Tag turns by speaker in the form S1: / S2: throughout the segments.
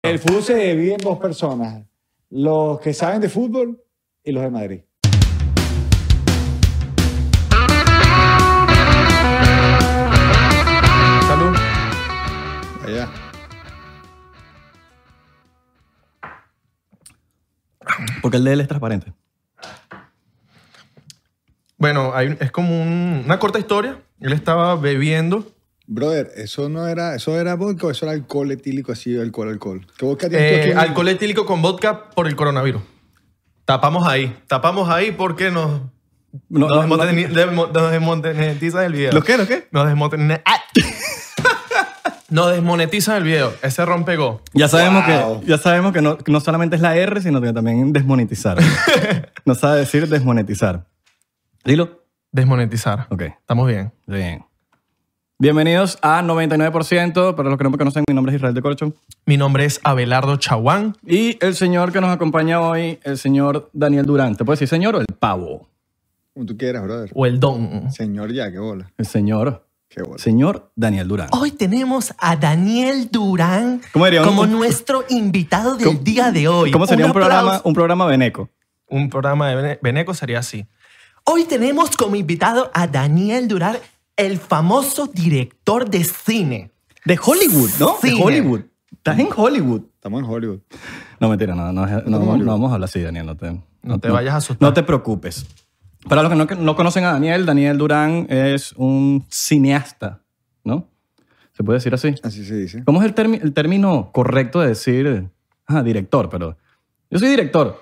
S1: El fútbol se divide en dos personas, los que saben de fútbol y los de Madrid.
S2: Salud.
S1: Allá.
S3: Porque el de él es transparente.
S2: Bueno, hay- es como un- una corta historia. Él estaba bebiendo.
S4: Brother, eso no era, eso era vodka o eso era alcohol etílico así, alcohol, alcohol. ¿Qué vodka tienes tú
S2: eh,
S4: aquí? en-
S2: alcohol etílico con vodka por el coronavirus. Tapamos ahí. Tapamos ahí porque nos,
S3: No,
S2: nos,
S3: no, no-
S2: desmonetiza- desmo- nos desmonetizan el video.
S4: ¿Lo qué, lo qué?
S2: Nos desmonetizan. nos desmonetizan el video. Ese ron pegó.
S3: ya sabemos
S4: Wow.
S3: que, ya sabemos que no, que no solamente es la R, sino que también desmonetizar. no sabe decir desmonetizar. Dilo.
S2: Desmonetizar.
S3: Ok,
S2: Estamos bien.
S3: bien. Bienvenidos a 99%. Para los que no me conocen, mi nombre es Israel de Corcho.
S2: Mi nombre es Abelardo Chaguán.
S3: Y el señor que nos acompaña hoy, el señor Daniel Durante. ¿Puedes decir señor o el pavo?
S4: Como tú quieras, brother.
S2: O el Don.
S4: Señor ya, qué bola,
S3: El señor.
S4: qué bola.
S3: Señor Daniel Durante.
S5: Hoy tenemos a Daniel Durán
S3: ¿Cómo diría?
S5: como
S3: Un-
S5: nuestro invitado del
S3: ¿Cómo-
S5: día de hoy.
S3: ¿Cómo sería un, programa,
S5: aplauso.
S3: un programa veneco?
S2: Un programa de Bene- Beneco sería así.
S5: Hoy tenemos como invitado a Daniel Durán, el famoso director de cine.
S3: De Hollywood, ¿no?
S5: Cine.
S3: De Hollywood. Estás en Hollywood.
S4: Estamos en Hollywood.
S3: No, mentira, no, no, no, no
S4: Hollywood.
S3: vamos a hablar así, Daniel. No
S2: te
S3: te,
S2: vayas a asustar.
S3: No te preocupes. Para los que no, no conocen a Daniel, Daniel Durán es un cineasta, ¿no? ¿Se puede decir así?
S4: Así se dice.
S3: ¿Cómo es el, termi- el término correcto de decir ah, director? Pero yo soy director,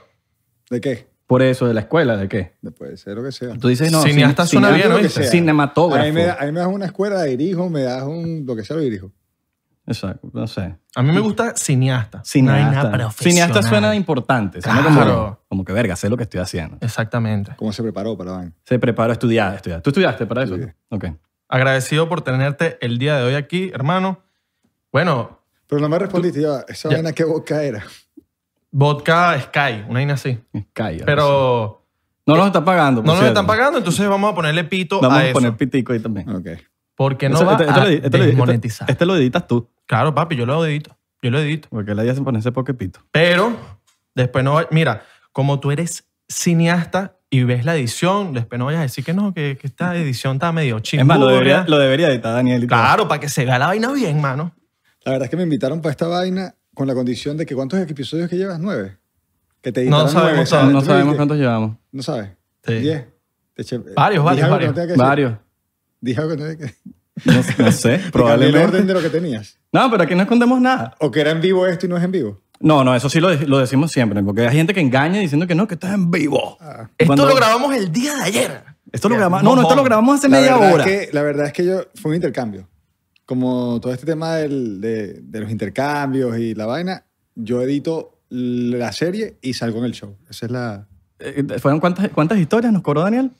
S4: ¿De qué?
S3: por eso, de la escuela, ¿de qué?
S4: De puede ser lo que sea.
S3: Tú dices, no,
S2: Cineasta
S3: cine-
S2: suena
S3: cine-
S2: bien,
S4: Lo que
S2: ¿oíste?
S4: sea.
S2: Oh,
S3: Cinematógrafo.
S4: A mí, me, da- a mí me das una escuela, dirijo, me das un, lo que sea, lo dirijo.
S3: Exacto, no sé.
S2: A mí me gusta cineasta.
S5: Vaina
S3: Cineasta.
S5: profesional.
S3: Cineasta suena importante. Suena como-
S2: Claro.
S3: como, que verga, sé lo que estoy haciendo.
S2: Exactamente.
S4: ¿Cómo se preparó para la vaina?
S3: Se preparó a estudiar, estudiar. ¿Tú estudiaste para eso?
S4: Estudié.
S3: Ok.
S2: Agradecido por tenerte el día de hoy aquí, hermano. Bueno,
S4: Pero no me respondiste, ya, esa
S2: Ya.
S4: vaina, qué vodka era.
S2: vodka Sky, una vaina así.
S3: Calla.
S2: Pero
S3: No nos están pagando. por
S2: no nos
S3: cierto.
S2: están pagando, entonces vamos a ponerle pito
S3: Vamos
S2: a
S3: a
S2: eso.
S3: poner pitico ahí también.
S4: Ok.
S2: Porque no
S3: Eso-
S2: va
S3: esto- esto
S2: a
S3: lo edi- esto lo edi- esto-
S2: desmonetizar.
S3: Este lo editas tú.
S2: Claro, papi, yo lo edito. Yo lo edito.
S3: Porque la idea se pone ese poque pito.
S2: Pero después no va- Mira, como tú eres cineasta y ves la edición, después no vayas a decir que no, que, que esta edición está medio chingona.
S3: Es más, lo debería, lo debería editar Daniel. y todo.
S2: Claro, para que se vea la vaina bien, mano.
S4: La verdad es que me invitaron para esta vaina con la condición de que ¿cuántos episodios que llevas? ¿Nueve? Que te
S2: No
S4: editaran
S2: sabemos
S4: nueve,
S2: todavía,
S4: ¿sabes?
S3: No
S4: Tú me
S3: sabemos
S4: dijiste-
S3: cuántos llevamos.
S4: ¿No sabes?
S2: Sí.
S4: Diez. Te eché- dije
S2: varios,
S4: algo que no
S2: varios.
S4: tenía que decir.
S3: Varios.
S4: Dije algo que no tenía que decir.
S3: No, no sé,
S4: Probablemente. el orden
S3: probablemente.
S4: de lo que tenías.
S3: No, pero aquí no escondemos nada.
S4: O que era en vivo esto y no es en vivo.
S3: No, no, eso sí lo, de- lo decimos siempre. Porque hay gente que engaña diciendo que no, que esto es en vivo.
S4: Ah.
S2: Esto
S3: Cuando-
S2: lo grabamos el día de ayer.
S3: Esto lo
S2: Bien,
S3: grabamos. No, no, esto
S2: bombón.
S3: lo grabamos hace
S4: la,
S3: media
S4: verdad
S3: hora.
S4: Es que, la verdad es que yo fue un intercambio. Como todo este tema del- de, de los intercambios y la vaina, yo edito la serie y salgo en el show. Esa es la...
S3: Eh, ¿Fueron cuántas, cuántas historias nos cobró Daniel?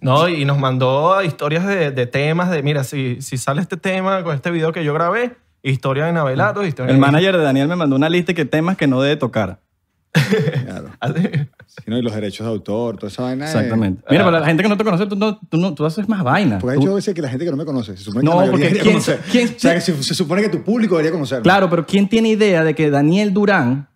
S2: No, y nos mandó historias de, de temas, de mira, si, si sale este tema con este video que yo grabé, historia de Navelato, historia
S3: El
S2: de-
S3: manager de Daniel me mandó una lista de que temas que no debe tocar.
S4: Claro.
S2: Así.
S4: Si no, y los derechos de autor, toda esa vaina. eh.
S3: Exactamente. Mira, para la gente que no te conoce, tú, no- tú, no- tú haces más vainas.
S4: Porque hay yo veces que la gente que no me conoce, se supone que
S3: No,
S4: la mayoría
S3: porque
S4: debería
S3: ¿quién-
S4: conocer.
S3: quién-
S4: o sea, que se, se supone que tu público debería conocerme.
S3: Claro, pero ¿quién tiene idea de que Daniel Durán,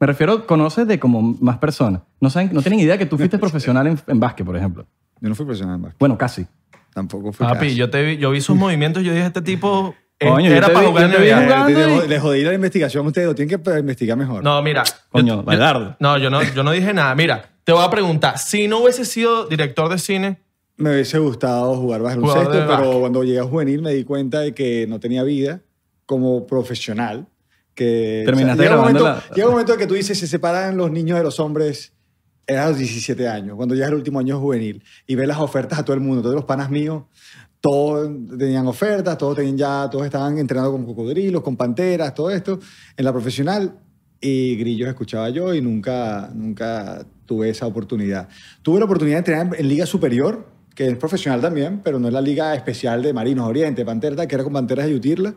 S3: me refiero, conoces de como más personas? No, saben, no tienen idea que tú fuiste profesional en, en básquet, por ejemplo.
S4: Yo no fui profesional más.
S3: Bueno, casi.
S4: Tampoco fui
S2: Papi,
S4: casi.
S2: yo, te vi, yo vi sus movimientos, yo dije, este tipo eh,
S3: Coño, yo
S2: era
S3: te
S2: para
S3: vi-
S2: jugar
S3: yo te vi
S2: NBA.
S3: jugar.
S4: Le-
S3: jugando
S4: le,
S3: y-
S4: le jodí la investigación a ustedes, lo tienen que pues, investigar mejor.
S2: No, mira. yo-
S3: Coño,
S2: yo-
S3: Bailardo.
S2: No, yo no, yo no dije nada. Mira, te voy a preguntar, si no hubiese sido director de cine,
S4: Me hubiese gustado jugar baloncesto,
S2: Jugador de
S4: pero
S2: básquet.
S4: cuando llegué a juvenil me di cuenta de que no tenía vida como profesional. Que,
S3: Terminaste
S4: llega, un
S3: grabando
S4: momento,
S3: la-
S4: llega un momento en que tú dices, se separan los niños de los hombres era a los 17 años, cuando ya es el último año juvenil, y ves las ofertas a todo el mundo, todos los panas míos, todos tenían ofertas, todos tenían ya, todos estaban entrenando con cocodrilos, con panteras, todo esto, en la profesional, y grillos escuchaba yo y nunca, nunca tuve esa oportunidad. Tuve la oportunidad de entrenar en, en liga superior, que es profesional también, pero no es la liga especial de Marinos Oriente, Pantera, que era con Panteras de Utirla.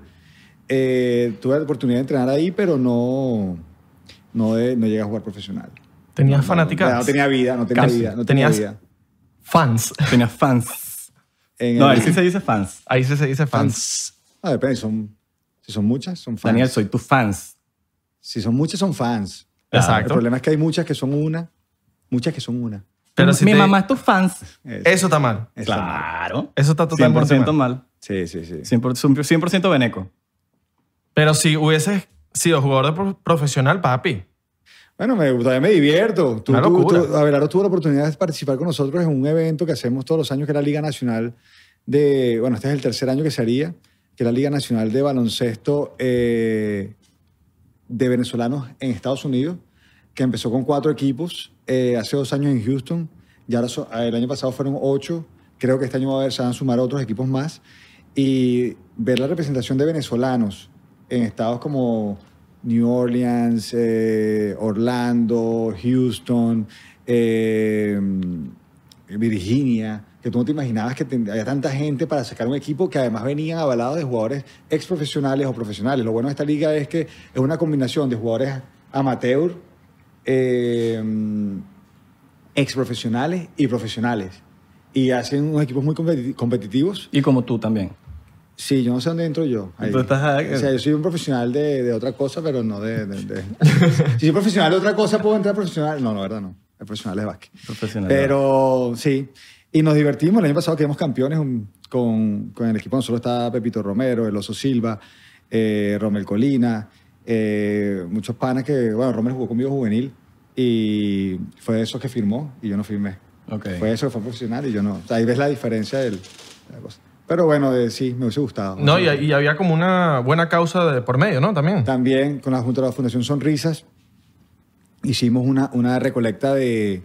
S4: Eh, tuve la oportunidad de entrenar ahí, pero no, no, de- no llegué a jugar profesional.
S2: tenías
S4: No,
S2: fanáticas.
S4: No, tenía vida, no tenía
S2: Casi.
S4: vida. No tenía
S2: Tenías-
S4: vida.
S2: Fans.
S3: Tenías fans.
S4: En
S3: No,
S4: el-
S3: él sí se dice fans.
S2: Ahí se, se dice fans.
S4: Ah, depende, son, si son muchas, son fans.
S3: Daniel, soy tu fans.
S4: Si son muchas, son fans. El
S2: Exacto.
S4: problema es que hay muchas que son una, muchas que son una.
S2: Pero si
S3: Mi
S2: te-
S3: mamá es tu fans.
S2: Eso está mal.
S4: Eso mal.
S3: Claro.
S2: Eso está totalmente
S3: 100%
S2: mal.
S3: mal.
S4: Sí, sí, sí.
S3: 100%, 100% veneco.
S2: Pero si hubieses sido jugador de pro- profesional, papi.
S4: Bueno, me, todavía me divierto. Tú,
S2: Una
S4: tú-
S2: locura.
S4: tú- Abelardo tuvo la oportunidad de participar con nosotros en un evento que hacemos todos los años, que es la Liga Nacional de. Bueno, este es el tercer año que se haría, que es la Liga Nacional de Baloncesto eh, de Venezolanos en Estados Unidos, que empezó con cuatro equipos eh, hace dos años en Houston. Y ahora so- el año pasado fueron ocho. Creo que este año va a haber, se van a sumar otros equipos más. Y ver la representación de venezolanos en estados como New Orleans, eh, Orlando, Houston, eh, Virginia, que tú no te imaginabas que ten- había tanta gente para sacar un equipo que además venían avalados de jugadores ex profesionales o profesionales. Lo bueno de esta liga es que es una combinación de jugadores amateur, eh, ex profesionales y profesionales. Y hacen unos equipos muy competi- competitivos.
S3: Y como tú también.
S4: Sí, yo no sé dónde entro yo. ahí.
S3: Tú estás ahí.
S4: O sea, yo soy un profesional de, de otra cosa, pero no de, de- de- Si soy profesional de otra cosa, ¿puedo entrar profesional? No, no, verdad no. El profesional es básquet.
S3: Profesional.
S4: Pero sí, y nos divertimos. El año pasado quedamos campeones un- con, con el equipo. Nosotros estaba Pepito Romero, El Oso Silva, eh, Romel Colina, eh, muchos panas que, bueno, Romel jugó conmigo juvenil y fue de esos que firmó y yo no firmé.
S3: Ok.
S4: Fue eso que fue profesional y yo no. O sea, ahí ves la diferencia del, de la cosa. Pero bueno, eh, sí, me hubiese gustado.
S2: No, y, y había como una buena causa de por medio, ¿no? También.
S4: También con la Junta de la Fundación Sonrisas hicimos una, una recolecta de,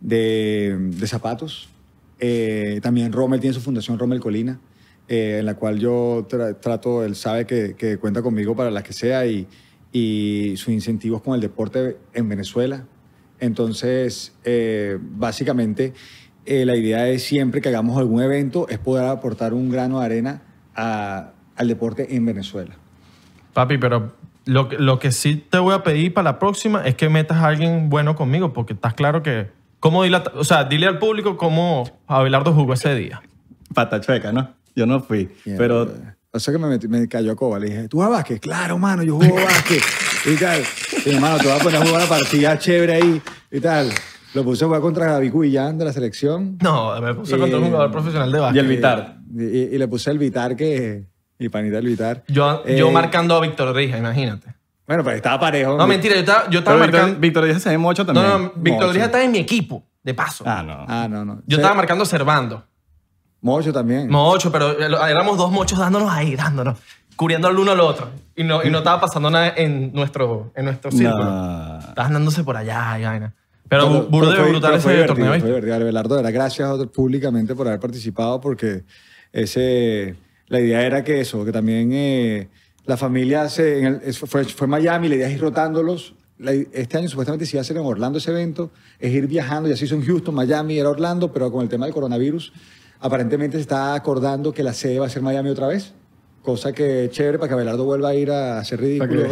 S4: de, de zapatos. Eh, también Rommel tiene su fundación Rommel Colina, eh, en la cual yo tra- trato, él sabe que, que cuenta conmigo para las que sea y, y sus incentivos con el deporte en Venezuela. Entonces, eh, básicamente, eh, la idea es siempre que hagamos algún evento es poder aportar un grano de arena a- al deporte en Venezuela.
S2: Papi, pero lo, que- lo que sí te voy a pedir para la próxima es que metas a alguien bueno conmigo, porque estás claro que. ¿Cómo dilata- O sea, dile al público cómo Abelardo jugó ese día.
S3: Pata chueca, ¿no? Yo no fui.
S4: Mierda,
S3: Pero
S4: güey. O sea que me, metí- me cayó a coba. Le dije, ¿tú juegas básquet? Claro, mano, yo juego básquet. Y tal. Y hermano, te vas a poner a jugar una partida chévere ahí. Y tal. Lo puse a jugar contra Gaby Cuyán de la selección.
S2: No, me puse contra un
S4: Eh,
S2: jugador profesional de
S3: y
S2: básquet.
S3: el Vitar.
S4: Y, Eh, y- y le puse el Vitar que... Mi panita el Vitar.
S2: Yo,
S4: Eh,
S2: yo marcando a Víctor Rija, imagínate.
S4: Bueno, pero estaba parejo.
S2: No,
S4: hombre.
S2: mentira, yo estaba, yo
S3: Pero
S2: estaba
S3: Víctor,
S2: marcando.
S3: Víctor Díaz se ve mucho
S2: No,
S3: también.
S2: no, no, Víctor
S4: Mocho.
S2: Rija está en mi equipo, de paso.
S3: Ah, no.
S4: Ah, no, no. Sí,
S2: Yo estaba marcando Cervando.
S4: Mocho también.
S2: Mocho, pero eh, éramos dos mochos dándonos ahí, dándonos, cubriendo al uno al otro. Y no, y no estaba pasando nada en nuestro, en nuestro círculo.
S3: No.
S2: Estaban dándose por allá y vaina. Pero,
S4: Pero-
S2: bu- burda de
S4: pero fue-
S2: brutal
S4: pero
S2: ese
S4: fue divertido,
S2: torneo,
S4: Fue
S2: ¿viste?
S4: divertido. Abelardo, de verdad, gracias a otro- públicamente por haber participado porque ese, la idea era que eso, que también eh, la familia se, en el- eso fue, fue en Miami, la idea es ir rotándolos. La- este año supuestamente se iba a hacer en Orlando ese evento, es ir viajando, ya se hizo en Houston, Miami, era Orlando, pero con el tema del coronavirus, aparentemente se está acordando que la sede va a ser Miami otra vez. Cosa que es chévere para que Abelardo vuelva a ir a hacer ridículo.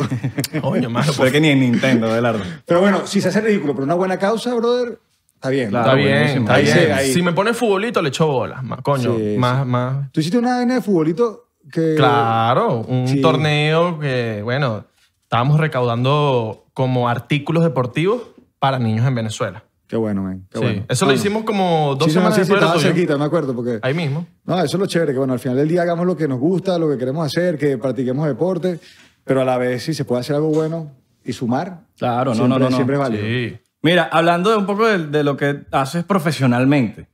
S2: Coño, mano, pues,
S3: Pero es que ni en Nintendo, Abelardo.
S4: Pero bueno, si se hace ridículo por una buena causa, brother, está bien.
S3: Claro.
S2: Está
S3: Ah,
S2: bien,
S3: buenísimo.
S2: está
S4: Ahí
S2: bien.
S4: sí, ahí.
S2: Si me pone futbolito, le echo bolas. ma- Coño,
S4: Sí,
S2: más, más.
S4: Tú hiciste una vaina de futbolito que.
S2: Claro, un
S4: sí.
S2: torneo que, bueno, estábamos recaudando como artículos deportivos para niños en Venezuela.
S4: Qué bueno, man. Qué
S2: Sí.
S4: bueno.
S2: Eso
S4: Ah,
S2: lo
S4: no.
S2: hicimos como dos
S4: Sí, no,
S2: semanas
S4: sí, sí,
S2: después de lo
S4: estaba
S2: tuyo.
S4: cerquita, me acuerdo, porque.
S2: Ahí mismo.
S4: No, eso es lo chévere, que bueno, al final del día hagamos lo que nos gusta, lo que queremos hacer, que practiquemos deporte, pero a la vez si se puede hacer algo bueno y sumar.
S3: Claro, no,
S4: siempre-
S3: no, no, no.
S4: Siempre es válido.
S2: Sí.
S3: Mira, hablando de un poco de, de lo que haces profesionalmente.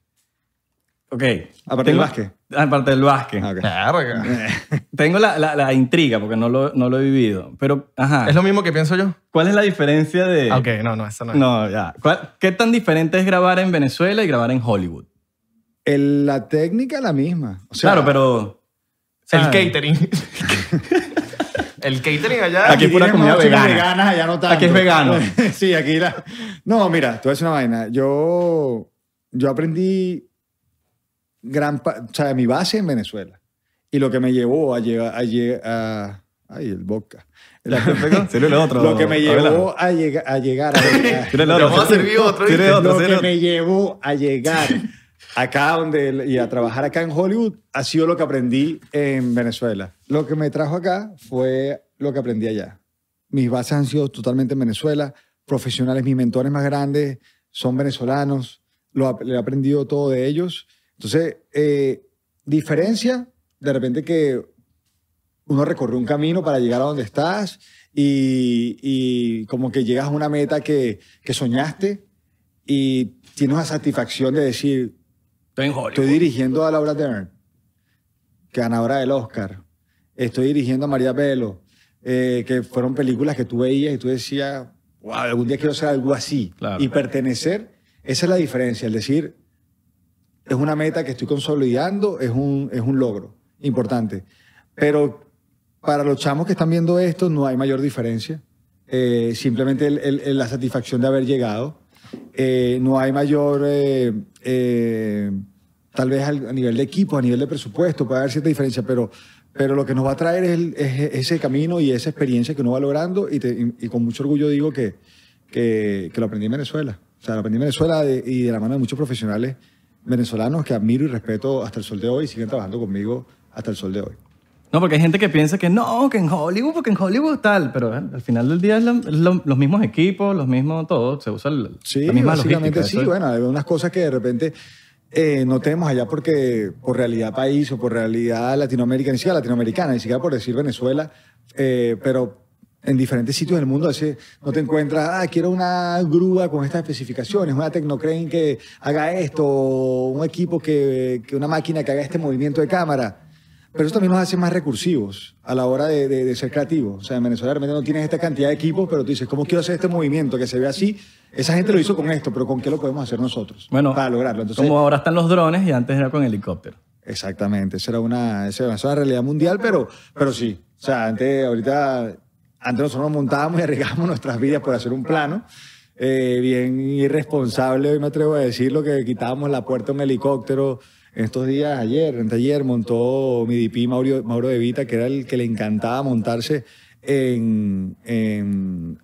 S3: Ok.
S4: Aparte del básquet.
S3: Aparte del básquet.
S4: Ah, ok.
S2: Verga.
S3: Tengo la, la- la intriga porque no lo, no lo he vivido. Pero, ajá.
S2: Es lo mismo que pienso yo.
S3: ¿Cuál es la diferencia de.?
S2: Ah, Ok, no, no, eso no es.
S3: No, ya. ¿Cuál- ¿Qué tan diferente es grabar en Venezuela y grabar en Hollywood?
S4: El- la técnica es la misma. O sea,
S3: claro, pero.
S2: El
S4: Ah.
S3: ¿sabes?
S2: catering. el catering allá.
S3: Aquí es pura
S4: tienen
S3: comida
S4: más opciones
S3: vegana.
S4: veganas, allá no tanto.
S3: Aquí es vegano.
S4: sí, aquí la... No, mira, tú es una vaina. Yo, yo aprendí gran... pa- O sea, mi base en Venezuela. Y lo que me llevó a llegar... A lle- a- Ay, el boca.
S3: Tírale el otro.
S4: Lo que me
S3: Abelardo.
S4: llevó a, llega- a llegar a...
S3: Tírale
S2: Te
S3: otro.
S2: vamos a servir otro,
S3: Tírale
S2: ¿viste?
S3: otro,
S4: lo
S3: tírale
S4: que
S3: otro.
S4: me llevó a llegar acá donde y a trabajar acá en Hollywood ha sido lo que aprendí en Venezuela. Lo que me trajo acá fue lo que aprendí allá. mis bases han sido totalmente en Venezuela, profesionales, mis mentores más grandes son venezolanos, lo, ap- he aprendido todo de ellos. Entonces, eh, diferencia de repente que uno recorre un camino para llegar a donde estás y, y como que llegas a una meta que, que soñaste y tienes la satisfacción de decir,
S3: Estoy en Hollywood.
S4: Estoy dirigiendo a Laura Dern, ganadora del Oscar. Estoy dirigiendo a María Velo, eh, que fueron películas que tú veías y tú decías, wow, algún día quiero hacer algo así.
S3: Claro.
S4: Y pertenecer, esa es la diferencia. El decir, es una meta que estoy consolidando, es un, es un logro importante. Pero para los chamos que están viendo esto, no hay mayor diferencia. Eh, simplemente el- el- el- la satisfacción de haber llegado. Eh, no hay mayor, eh, eh, tal vez al- a nivel de equipo, a nivel de presupuesto, puede haber cierta diferencia, pero, pero lo que nos va a traer es, el- es ese camino y esa experiencia que uno va logrando. Y, te- y- y con mucho orgullo digo que, que, que lo aprendí en Venezuela. O sea, lo aprendí en Venezuela de- y de la mano de muchos profesionales venezolanos que admiro y respeto hasta el sol de hoy y siguen trabajando conmigo hasta el sol de hoy.
S3: No, porque hay gente que piensa que no, que en Hollywood, porque en Hollywood tal, pero eh, al final del día es, la- es lo- los mismos equipos, los mismos todo, se usa el-
S4: Sí,
S3: la misma
S4: básicamente
S3: logística.
S4: sí.
S3: eso es-
S4: Bueno, hay unas cosas que de repente eh, no tenemos allá porque por realidad país o por realidad latinoamericana, ni siquiera latinoamericana, ni siquiera por decir Venezuela, eh, pero en diferentes sitios del mundo a veces no te encuentras, ah, quiero una grúa con estas especificaciones, una tecnocrane que haga esto, o un equipo que, que una máquina que haga este movimiento de cámara. Pero eso también nos hace más recursivos a la hora de, de- de ser creativos. O sea, en Venezuela de repente no tienes esta cantidad de equipos, pero tú dices, ¿cómo quiero hacer este movimiento que se ve así? Esa gente lo hizo con esto, pero ¿con qué lo podemos hacer nosotros
S3: Bueno,
S4: para lograrlo? Entonces,
S3: como ahora están los drones y antes era con helicóptero.
S4: Exactamente, esa era una, esa era una realidad mundial, pero, pero sí. O sea, antes, ahorita, antes nosotros nos montábamos y arriesgábamos nuestras vidas por hacer un plano. eh, bien irresponsable, hoy me atrevo a decirlo, que quitábamos la puerta a un helicóptero. En estos días, ayer, antes de ayer, montó mi DP Mauro, Mauro De Vita, que era el que le encantaba montarse en, en,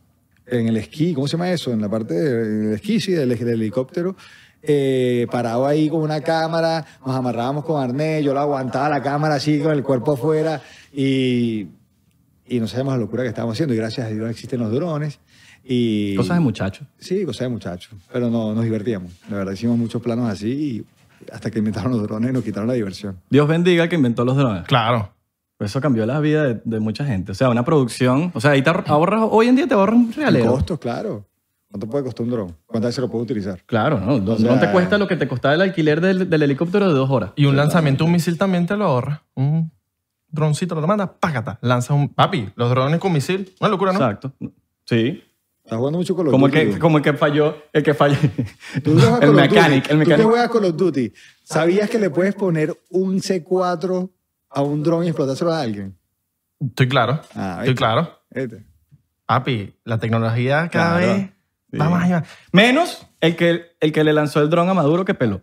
S4: en el esquí, ¿cómo se llama eso? En la parte de- del esquí, sí, del, del helicóptero. Eh, parado ahí con una cámara, nos amarrábamos con arnés, yo lo aguantaba la cámara así con el cuerpo afuera y, y no sabemos la locura que estábamos haciendo y gracias a Dios existen los drones y...
S3: Cosas de muchachos.
S4: Sí, cosas de muchachos, pero no, nos divertíamos, la verdad hicimos muchos planos así y hasta que inventaron los drones y nos quitaron la diversión.
S3: Dios bendiga al que inventó los drones.
S2: Claro.
S3: Eso cambió la vida de, de mucha gente. O sea, una producción. O sea, ahí te ahor- ahorras, hoy en día te ahorras un
S4: El
S3: realero.
S4: costo, claro. ¿Cuánto puede costar un dron? ¿Cuántas veces lo puedo utilizar?
S3: Claro, ¿no? El
S4: sea-
S3: dron te cuesta lo que te costaba el alquiler del, del helicóptero de dos horas.
S2: Y un lanzamiento, un misil también te lo ahorra. Un droncito lo mandas, págata, lanzas un... Papi, los drones con misil, una locura, ¿no?
S3: Exacto. Sí.
S4: Estás jugando mucho con los
S3: Como el,
S4: Duty,
S3: que,
S4: güey.
S3: como el que falló, el que falló.
S4: Tú juegas con
S3: El
S4: los
S3: mecánic,
S4: Duty.
S3: el
S4: Tú te
S3: mecánico.
S4: juegas con los Duty. ¿Sabías que le puedes poner un C4 a un dron y explotárselo a alguien?
S2: Estoy claro.
S4: Ah,
S2: estoy
S4: ¿viste?
S2: claro.
S4: Este.
S2: Papi, la tecnología cada
S3: Claro.
S2: vez va más y más.
S3: Menos el que, el que le lanzó el dron a Maduro que peló.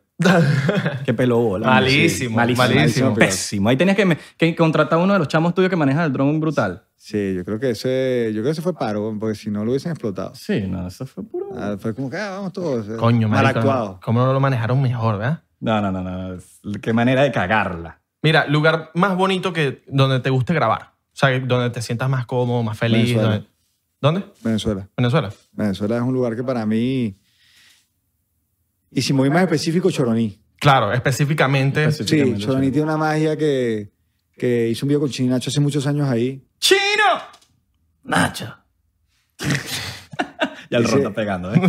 S3: que peló bola.
S2: Malísimo, malísimo.
S3: Pésimo. Ahí tenías que, me- que contratar a uno de los chamos tuyos que maneja el dron brutal.
S4: Sí, yo creo que ese, yo creo que ese fue paro, porque si no lo hubiesen explotado.
S3: Sí, no, eso fue puro.
S4: Ah, fue como que, ah, vamos todos. eh,
S2: Coño,
S4: Mal
S2: marico,
S4: actuado.
S2: ¿Cómo no lo manejaron mejor, verdad?
S3: No, no, no, no. Qué manera de cagarla.
S2: Mira, lugar más bonito que donde te guste grabar. O sea, donde te sientas más cómodo, más feliz.
S4: Venezuela.
S2: donde- ¿Dónde?
S4: Venezuela.
S2: Venezuela.
S4: Venezuela es un lugar que para mí. Y si me voy más específico, Choroní.
S2: Claro, específicamente.
S4: Sí,
S3: Específicamente,
S4: Choroní
S3: Choroní.
S4: tiene una magia que, que hizo un video con Chinacho hace muchos años ahí.
S2: ¡Chino!
S5: Macho.
S3: Ya el
S4: Ese-
S3: ron está pegando, ¿eh?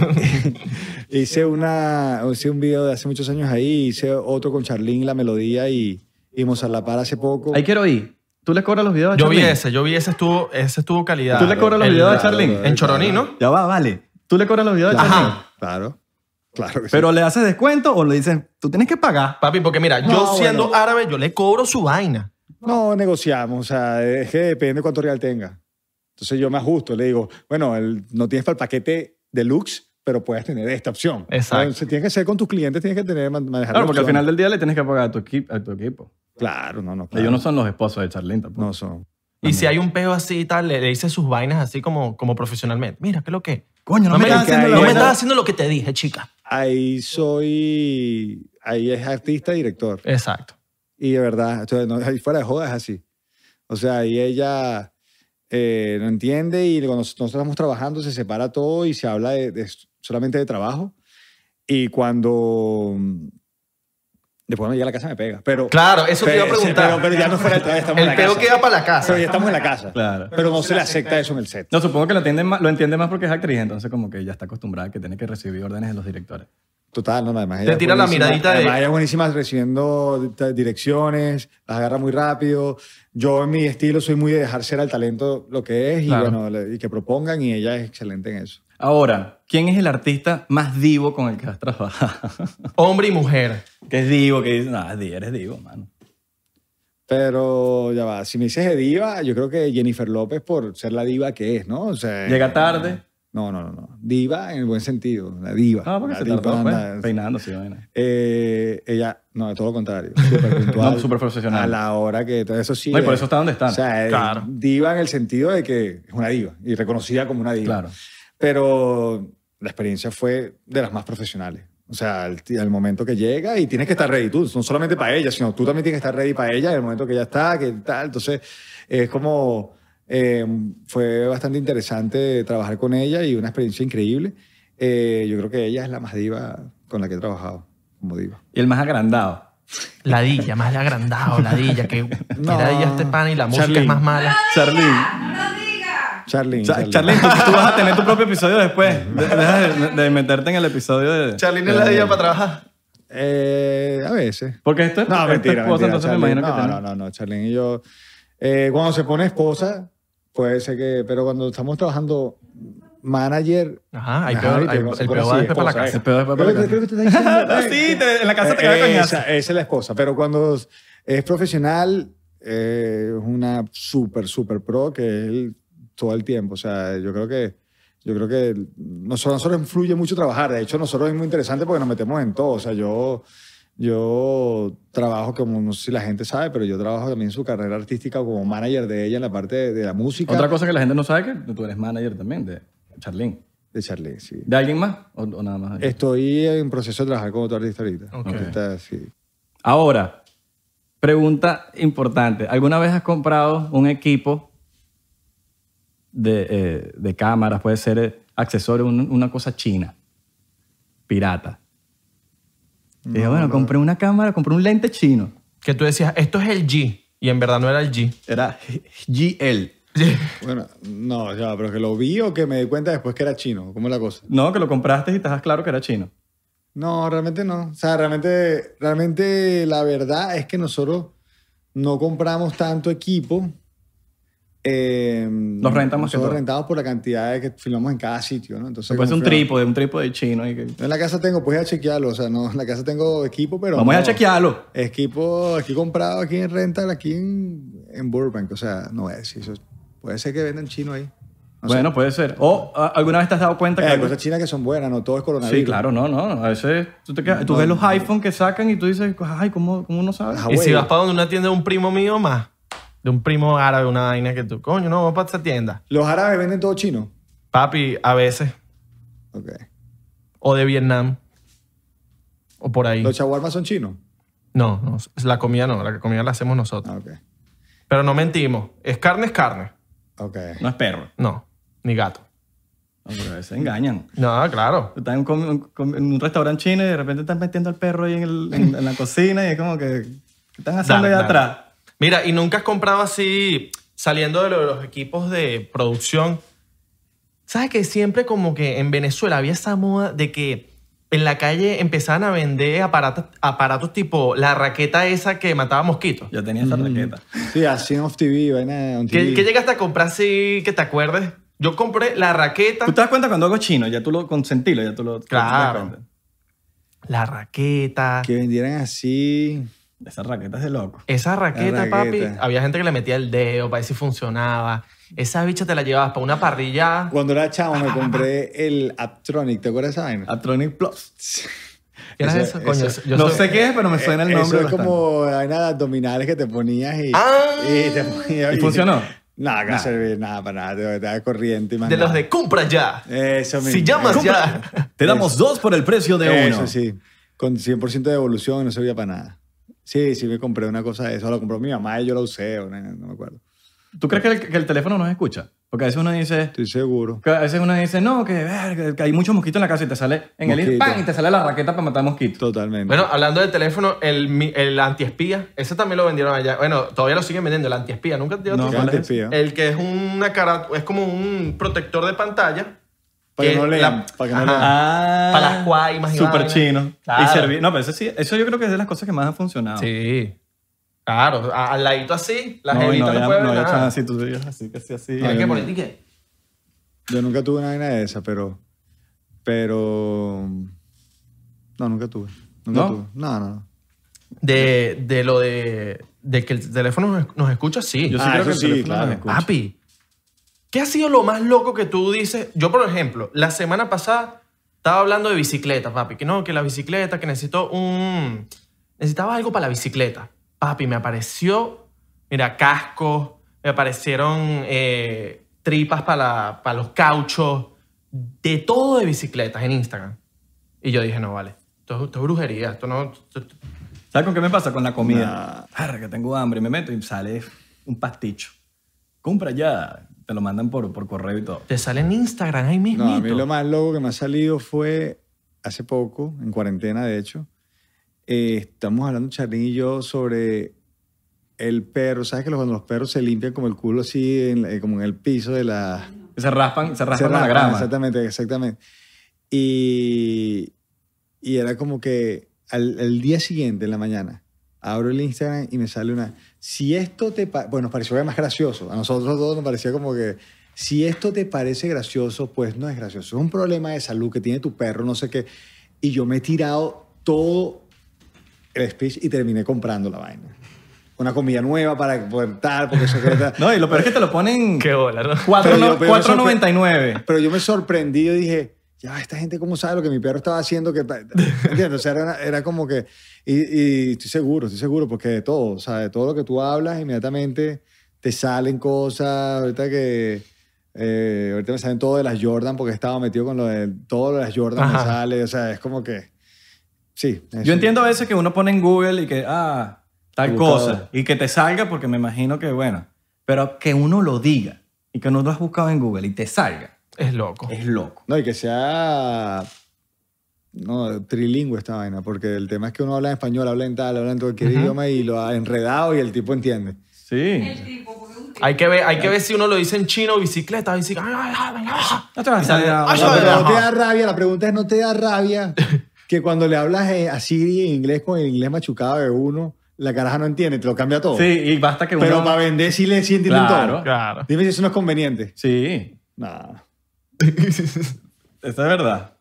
S4: Hice, una, hice un video de hace muchos años ahí, hice otro con Charlín, La Melodía y, y Mozart La Par hace poco.
S3: Ahí quiero ir. ¿Tú le cobras los videos a
S2: Yo vi
S3: Charlene?
S2: ese, yo vi ese estuvo, ese estuvo calidad.
S3: ¿Tú le cobras los
S2: El-
S3: videos a
S4: Charlene?
S2: En Choroní, ¿no?
S3: Ya va, vale. ¿Tú le cobras los videos a Charlene?
S2: Ajá.
S4: Claro, claro que sí.
S3: ¿Pero le haces descuento o le dices, tú tienes que pagar?
S2: Papi, porque mira,
S4: No,
S2: yo
S4: bueno.
S2: siendo árabe, yo le cobro su vaina.
S4: No negociamos, o sea, es que depende cuánto real tenga. Entonces yo me ajusto, le digo, bueno, el- no tienes para el paquete deluxe, pero puedes tener esta opción.
S2: Exacto.
S4: Entonces tienes que ser con tus clientes, tienes que tener, man- manejar
S3: Claro,
S4: la
S3: porque al
S4: opción.
S3: final del día le tienes que pagar a tu, equi- a tu equipo.
S4: Claro, no, no. claro.
S3: Ellos no son los esposos de Charlene tampoco.
S4: No son.
S2: Y si hay un peo así y tal, le, le hice sus vainas así como, como profesionalmente. Mira, ¿qué es lo que?
S3: Coño,
S2: No me
S3: estás
S2: digas
S4: que
S3: haciendo
S4: hay-
S3: la
S5: No me
S3: vaina.
S5: estás haciendo lo que te dije, chica.
S4: Ahí soy, ahí es artista y director.
S2: Exacto.
S4: Y de verdad, entonces, no, ahí fuera de joda es así. O sea, y ella, eh, no entiende y cuando nosotros estamos trabajando se separa todo y se habla de- de- solamente de trabajo. Y cuando... mm, Después cuando llega a la casa me pega. Pero,
S5: Claro, eso te iba a
S4: pero-
S5: preguntar.
S4: Pero, pero ya no fuera de trabajo, estamos en
S5: El
S4: la
S5: peo
S4: casa.
S5: queda para la casa.
S4: Pero ya estamos en la casa.
S3: Claro.
S4: Pero no se le acepta eso en el set.
S3: No, supongo que lo entiende, más, lo entiende más porque es actriz, entonces como que ya está acostumbrada que tiene que recibir órdenes de los directores.
S4: Total, no, además.
S2: Te
S4: ella es
S2: tira la
S4: buenísima.
S2: miradita de-
S4: Además, ella es buenísima recibiendo di- direcciones, las agarra muy rápido. Yo en mi estilo soy muy de dejar ser al talento lo que es y,
S2: Claro.
S4: bueno, le- y que propongan y ella es excelente en eso.
S3: Ahora, ¿quién es el artista más divo con el que has trabajado?
S2: Hombre y mujer.
S3: que es divo, que dice, no, es di- eres divo, mano.
S4: Pero ya va, si me dices de diva, yo creo que Jennifer López por ser la diva que es, ¿no? O sea,
S3: Llega tarde.
S4: No, no, no, no. Diva en el buen sentido, la diva.
S3: No, porque
S4: La
S3: se
S4: diva
S3: tardó, pues,
S4: anda-
S3: peinándose. vaina.
S4: Eh, ella, no, todo lo contrario. Súper puntual.
S3: No, súper profesional.
S4: A la hora que todo eso sí.
S3: No, y por
S4: eh,
S3: eso está donde está.
S4: O sea, eh,
S2: Claro.
S4: diva en el sentido de que es una diva y reconocida como una diva.
S3: Claro.
S4: Pero la experiencia fue de las más profesionales. O sea, al, ti- al momento que llega y tienes que estar ready tú, no solamente para ella, sino tú también tienes que estar ready para ella en el momento que ella está, que tal. Entonces, es como, eh, fue bastante interesante trabajar con ella y una experiencia increíble. Eh, yo creo que ella es la más diva con la que he trabajado, como diva.
S3: Y el más agrandado.
S5: Ladilla, más de agrandado, ladilla. Que ladilla este pan y la música
S4: Charlene.
S5: es más mala.
S3: Charlene.
S6: ¡No diga!
S4: Charlene.
S3: Cha- Charlene, tú, tú vas a tener tu propio episodio después. De- Deja de, de meterte en el episodio de...
S2: Charlene es la día para trabajar.
S4: Eh, a veces.
S3: Porque esto es
S4: No,
S3: esto es
S4: mentira,
S3: esposa,
S4: mentira,
S3: entonces
S4: Charlene.
S3: me imagino
S4: no,
S3: que
S4: no, no, no, Charlene y yo. eh, cuando se pone esposa, puede ser que. Pero cuando estamos trabajando manager.
S2: Ajá, hay
S4: Ajá,
S2: peor-
S4: ahorita,
S2: hay-
S4: cuando se
S2: el
S4: pone
S2: peor va
S4: así,
S2: después para la
S4: esposa, eh.
S2: casa.
S3: El peor después para
S4: Creo
S3: la
S4: que- creo que te está
S3: Ah,
S4: diciendo, eh,
S2: Sí, te- en la casa te cae
S4: eh,
S2: coñazo.
S4: esa, esa es la esposa. Pero cuando es profesional, eh, es una súper, súper pro que es el- todo el tiempo. O sea, yo creo que. Yo creo que nosotros, nosotros influye mucho trabajar. De hecho, nosotros es muy interesante porque nos metemos en todo. O sea, yo, yo trabajo, como no sé si la gente sabe, pero yo trabajo también en su carrera artística como manager de ella en la parte de, de la música.
S3: Otra cosa que la gente no sabe es que tú eres manager también de Charlene.
S4: De Charlie, sí.
S3: ¿De alguien más o, o nada más?
S4: Estoy en proceso de trabajar con otro artista ahorita.
S2: Ok.
S4: Artista, sí.
S3: Ahora, pregunta importante. ¿Alguna vez has comprado un equipo de, eh, de cámaras? Puede ser eh, accesorio, un- una cosa china, pirata. Y yo, bueno, compré una cámara, compré un lente chino.
S2: Que tú decías, esto es el G. Y en verdad no era el G.
S3: Era GL.
S4: Bueno, no, ya, pero que lo vi o que me di cuenta después que era chino. ¿Cómo es la cosa?
S3: No, que lo compraste y te das claro que era chino.
S4: No, realmente no. O sea, realmente, realmente la verdad es que nosotros no compramos tanto equipo. Eh, Nos
S3: rentamos que
S4: Nosotros
S3: todo.
S4: rentamos por la cantidad de que filmamos en cada sitio, ¿no? Entonces,
S3: Se puede ser
S4: como
S3: un
S4: que- ah,
S3: trípode, un trípode chino. y que-
S4: Yo En la casa tengo, pues a chequearlo. O sea, no, en la casa tengo equipo, pero.
S3: Vamos a
S4: no.
S3: chequearlo.
S4: Equipo aquí comprado, aquí en rental, aquí en, en Burbank. O sea, no es eso. Puede ser que vendan chino ahí. No sé.
S3: bueno, puede ser. O a- alguna vez te has dado cuenta
S4: Eh,
S3: que...
S4: hay cosas chinas que son buenas, no todo es coronavirus.
S3: Sí, claro, no, no. A veces tú, te quedas- tú ves los iPhone que sacan y tú dices, ay, ¿cómo, cómo no sabes?
S4: Ah,
S2: Y si
S4: güey.
S2: vas para donde una tienda de un primo mío más, de un primo árabe, una vaina que tú, coño, no, vamos para esta tienda.
S4: Los árabes venden todo chino.
S2: Papi, a veces.
S4: Ok.
S2: O de Vietnam. O por ahí.
S4: Los chaguarmas son chinos.
S2: No, no, la comida no, la comida la hacemos nosotros.
S4: Ah, ok.
S2: Pero no mentimos. Es carne, es carne.
S4: Ok.
S3: No es perro.
S2: No, ni gato.
S3: No, pero a veces engañan.
S2: No, claro.
S3: Tú estás en un, com- un com- en un restaurante chino y de repente estás metiendo al perro ahí en, el- en- en la cocina y es como que, ¿qué están haciendo
S2: Dale,
S3: ahí
S2: dale.
S3: atrás?
S2: Mira, y nunca has comprado así, saliendo de lo- los equipos de producción. ¿Sabes que siempre como que en Venezuela había esa moda de que en la calle empezaban a vender aparatos, aparatos tipo la raqueta esa que mataba mosquitos?
S3: Yo tenía esa raqueta.
S4: Mm. Sí, así en off TV, vaina on
S2: ¿Qué,
S4: TV.
S2: qué llegaste a comprar así que te acuerdes? Yo compré la raqueta.
S3: Tú te das cuenta cuando hago chino, ya tú lo consentilo, ya tú lo... tú te das
S2: Claro.
S3: cuenta.
S2: La raqueta.
S4: Que vendieran así.
S3: Esa raqueta es de loco.
S2: Esa raqueta,
S4: La
S2: papi.
S4: raqueta.
S2: Había gente que le metía el dedo para ver si funcionaba. Esa bicha te la llevabas para una parrilla.
S4: Cuando era chavo me compré el Aptronic, ¿te acuerdas de esa vaina?
S3: Atronic Plus.
S2: ¿Qué era
S4: Eso-
S2: eso? Coño,
S4: eso-
S2: yo
S3: no
S2: soy-
S3: sé qué es, pero me suena el
S4: eh, Eso
S3: nombre.
S4: es
S3: bastante.
S4: como vainas abdominales que te ponías y,
S2: Ah.
S4: y te ponías.
S3: ¿Y funcionó?
S4: Nada, que no servía nada para nada, te- te da corriente y más
S2: De los
S4: nada.
S2: de compra ya.
S4: Eso mismo.
S2: Si llamas
S4: Compra-
S2: ya.
S3: Te damos dos por el precio de
S4: Eso
S3: uno.
S4: sí, con 100% de devolución no servía para nada. Sí, sí me compré una cosa de eso, la compró mi mamá y yo la usé, o no, no me acuerdo.
S3: ¿Tú crees que el, que el teléfono nos escucha? Porque a veces uno dice,
S4: Estoy seguro.
S3: que a veces uno dice, no, que, verga, que hay muchos mosquitos en la casa y te sale en el
S4: Mosquito.
S3: pan y te sale la raqueta para matar mosquitos.
S4: Totalmente.
S2: Bueno, hablando del teléfono, el, mi- el antiespía, ese también lo vendieron allá. Bueno, todavía lo siguen vendiendo, el antiespía. Nunca te
S3: No,
S4: Que
S3: ¿cuál
S4: antes
S3: es?
S4: pía.
S2: El que es una cara, es como un protector de pantalla.
S4: Para que no
S2: es
S4: lean, para que no
S2: eh, Ajá.
S4: lean.
S3: Ah,
S2: Para las cuaimas y
S3: Súper
S2: vainas.
S3: chino.
S2: Claro.
S3: Y servi- No, pero eso sí, eso yo creo que es de las cosas que más han funcionado.
S2: Sí. Claro, a- al ladito así, la
S3: no,
S2: gente no,
S3: no, ya-
S2: puede ver
S3: no, ya están
S2: nada. Ah,
S3: así, tú veías así, casi así.
S2: Tienes
S4: No,
S2: que
S4: no.
S2: poner que
S4: Yo nunca tuve una vaina de esa, pero. Pero. No, nunca tuve. Nunca
S3: ¿No?
S4: tuve. No, no, no.
S2: De, de lo de, de que el teléfono nos- nos escucha, sí.
S3: Yo sí
S4: Ah,
S3: creo que
S4: eso
S3: el
S4: sí,
S3: teléfono
S4: claro.
S3: me escucha.
S2: Papi, ¿qué ha sido lo más loco que tú dices? Yo, por ejemplo, la semana pasada estaba hablando de bicicleta, papi. Que no, que la bicicleta, que necesito un... Necesitaba algo para la bicicleta. Papi, me apareció, mira, cascos, me aparecieron eh, tripas para, la- para los cauchos, de todo de bicicletas en Instagram. Y yo dije, no, vale, esto, esto es brujería, esto no... esto- esto-
S3: ¿Sabes con qué me pasa? Con la comida. Arre, que tengo hambre. Me meto y sale un pasticho. Compra ya. Te lo mandan por, por correo y todo.
S2: te sale en Instagram ahí mismo.
S4: No, a mí lo más loco que me ha salido fue hace poco, en cuarentena de hecho. eh, estamos hablando, Charlín y yo, sobre el perro. ¿Sabes que los- cuando los perros se limpian como el culo así, en la- eh, como en el piso de la.
S3: Se raspan, se raspan
S4: Se
S3: con la
S4: raspan,
S3: grama.
S4: Exactamente, exactamente. Y, y era como que al, al día siguiente, en la mañana, abro el Instagram y me sale una... Si esto te... pa-" Bueno, nos pareció más gracioso. A nosotros todos nos parecía como que... Si esto te parece gracioso, pues no es gracioso. Es un problema de salud que tiene tu perro, no sé qué. Y yo me he tirado todo el speech y terminé comprando la vaina. Una comida nueva para poder tal, porque eso que tal.
S3: No, y lo peor es que te lo ponen
S2: Qué bola, ¿no?
S3: cuatro
S4: Pero yo-
S3: no-
S4: pero eso que-
S3: 4.99.
S4: Pero yo me sorprendí, yo dije, ya, esta gente cómo sabe lo que mi perro estaba haciendo, que ¿entiendes? O sea, era, era como que, y, y estoy seguro, estoy seguro, porque de todo, o sea, de todo lo que tú hablas, inmediatamente te salen cosas, ahorita que, eh, ahorita me salen todo de las Jordan, porque estaba metido con lo de, todo lo de las Jordan me
S2: Ajá.
S4: sale, o sea, es como que, sí. es-
S3: Yo entiendo a veces que uno pone en Google y que, ah, tal
S4: Buscador.
S3: cosa. Y que te salga porque me imagino que, bueno. Pero que uno lo diga y que no lo has buscado en Google y te salga,
S2: Es loco.
S3: es loco.
S4: No, y que sea no, trilingüe esta vaina, porque el tema es que uno habla en español, habla en tal, habla en cualquier idioma y lo ha enredado y el tipo entiende.
S3: Sí.
S2: Hay que ver, hay que ver si uno lo dice en chino, bicicleta, bicicleta. ay, ay, ay, ay, ay.
S3: No te vas a
S2: Ah,
S4: No,
S2: yo-
S3: salir.
S4: pero
S2: ajá.
S4: no te da rabia, la pregunta es, ¿no te da rabia que cuando le hablas eh, a Siri en inglés con el inglés machucado de uno, la caraja no entiende, te lo cambia todo?
S3: Sí, y basta que uno.
S4: Pero para vender sí le sí entienden
S3: Claro.
S4: todo.
S2: Claro.
S4: Dime si eso no es conveniente.
S3: Sí,
S4: No.
S3: esa es verdad.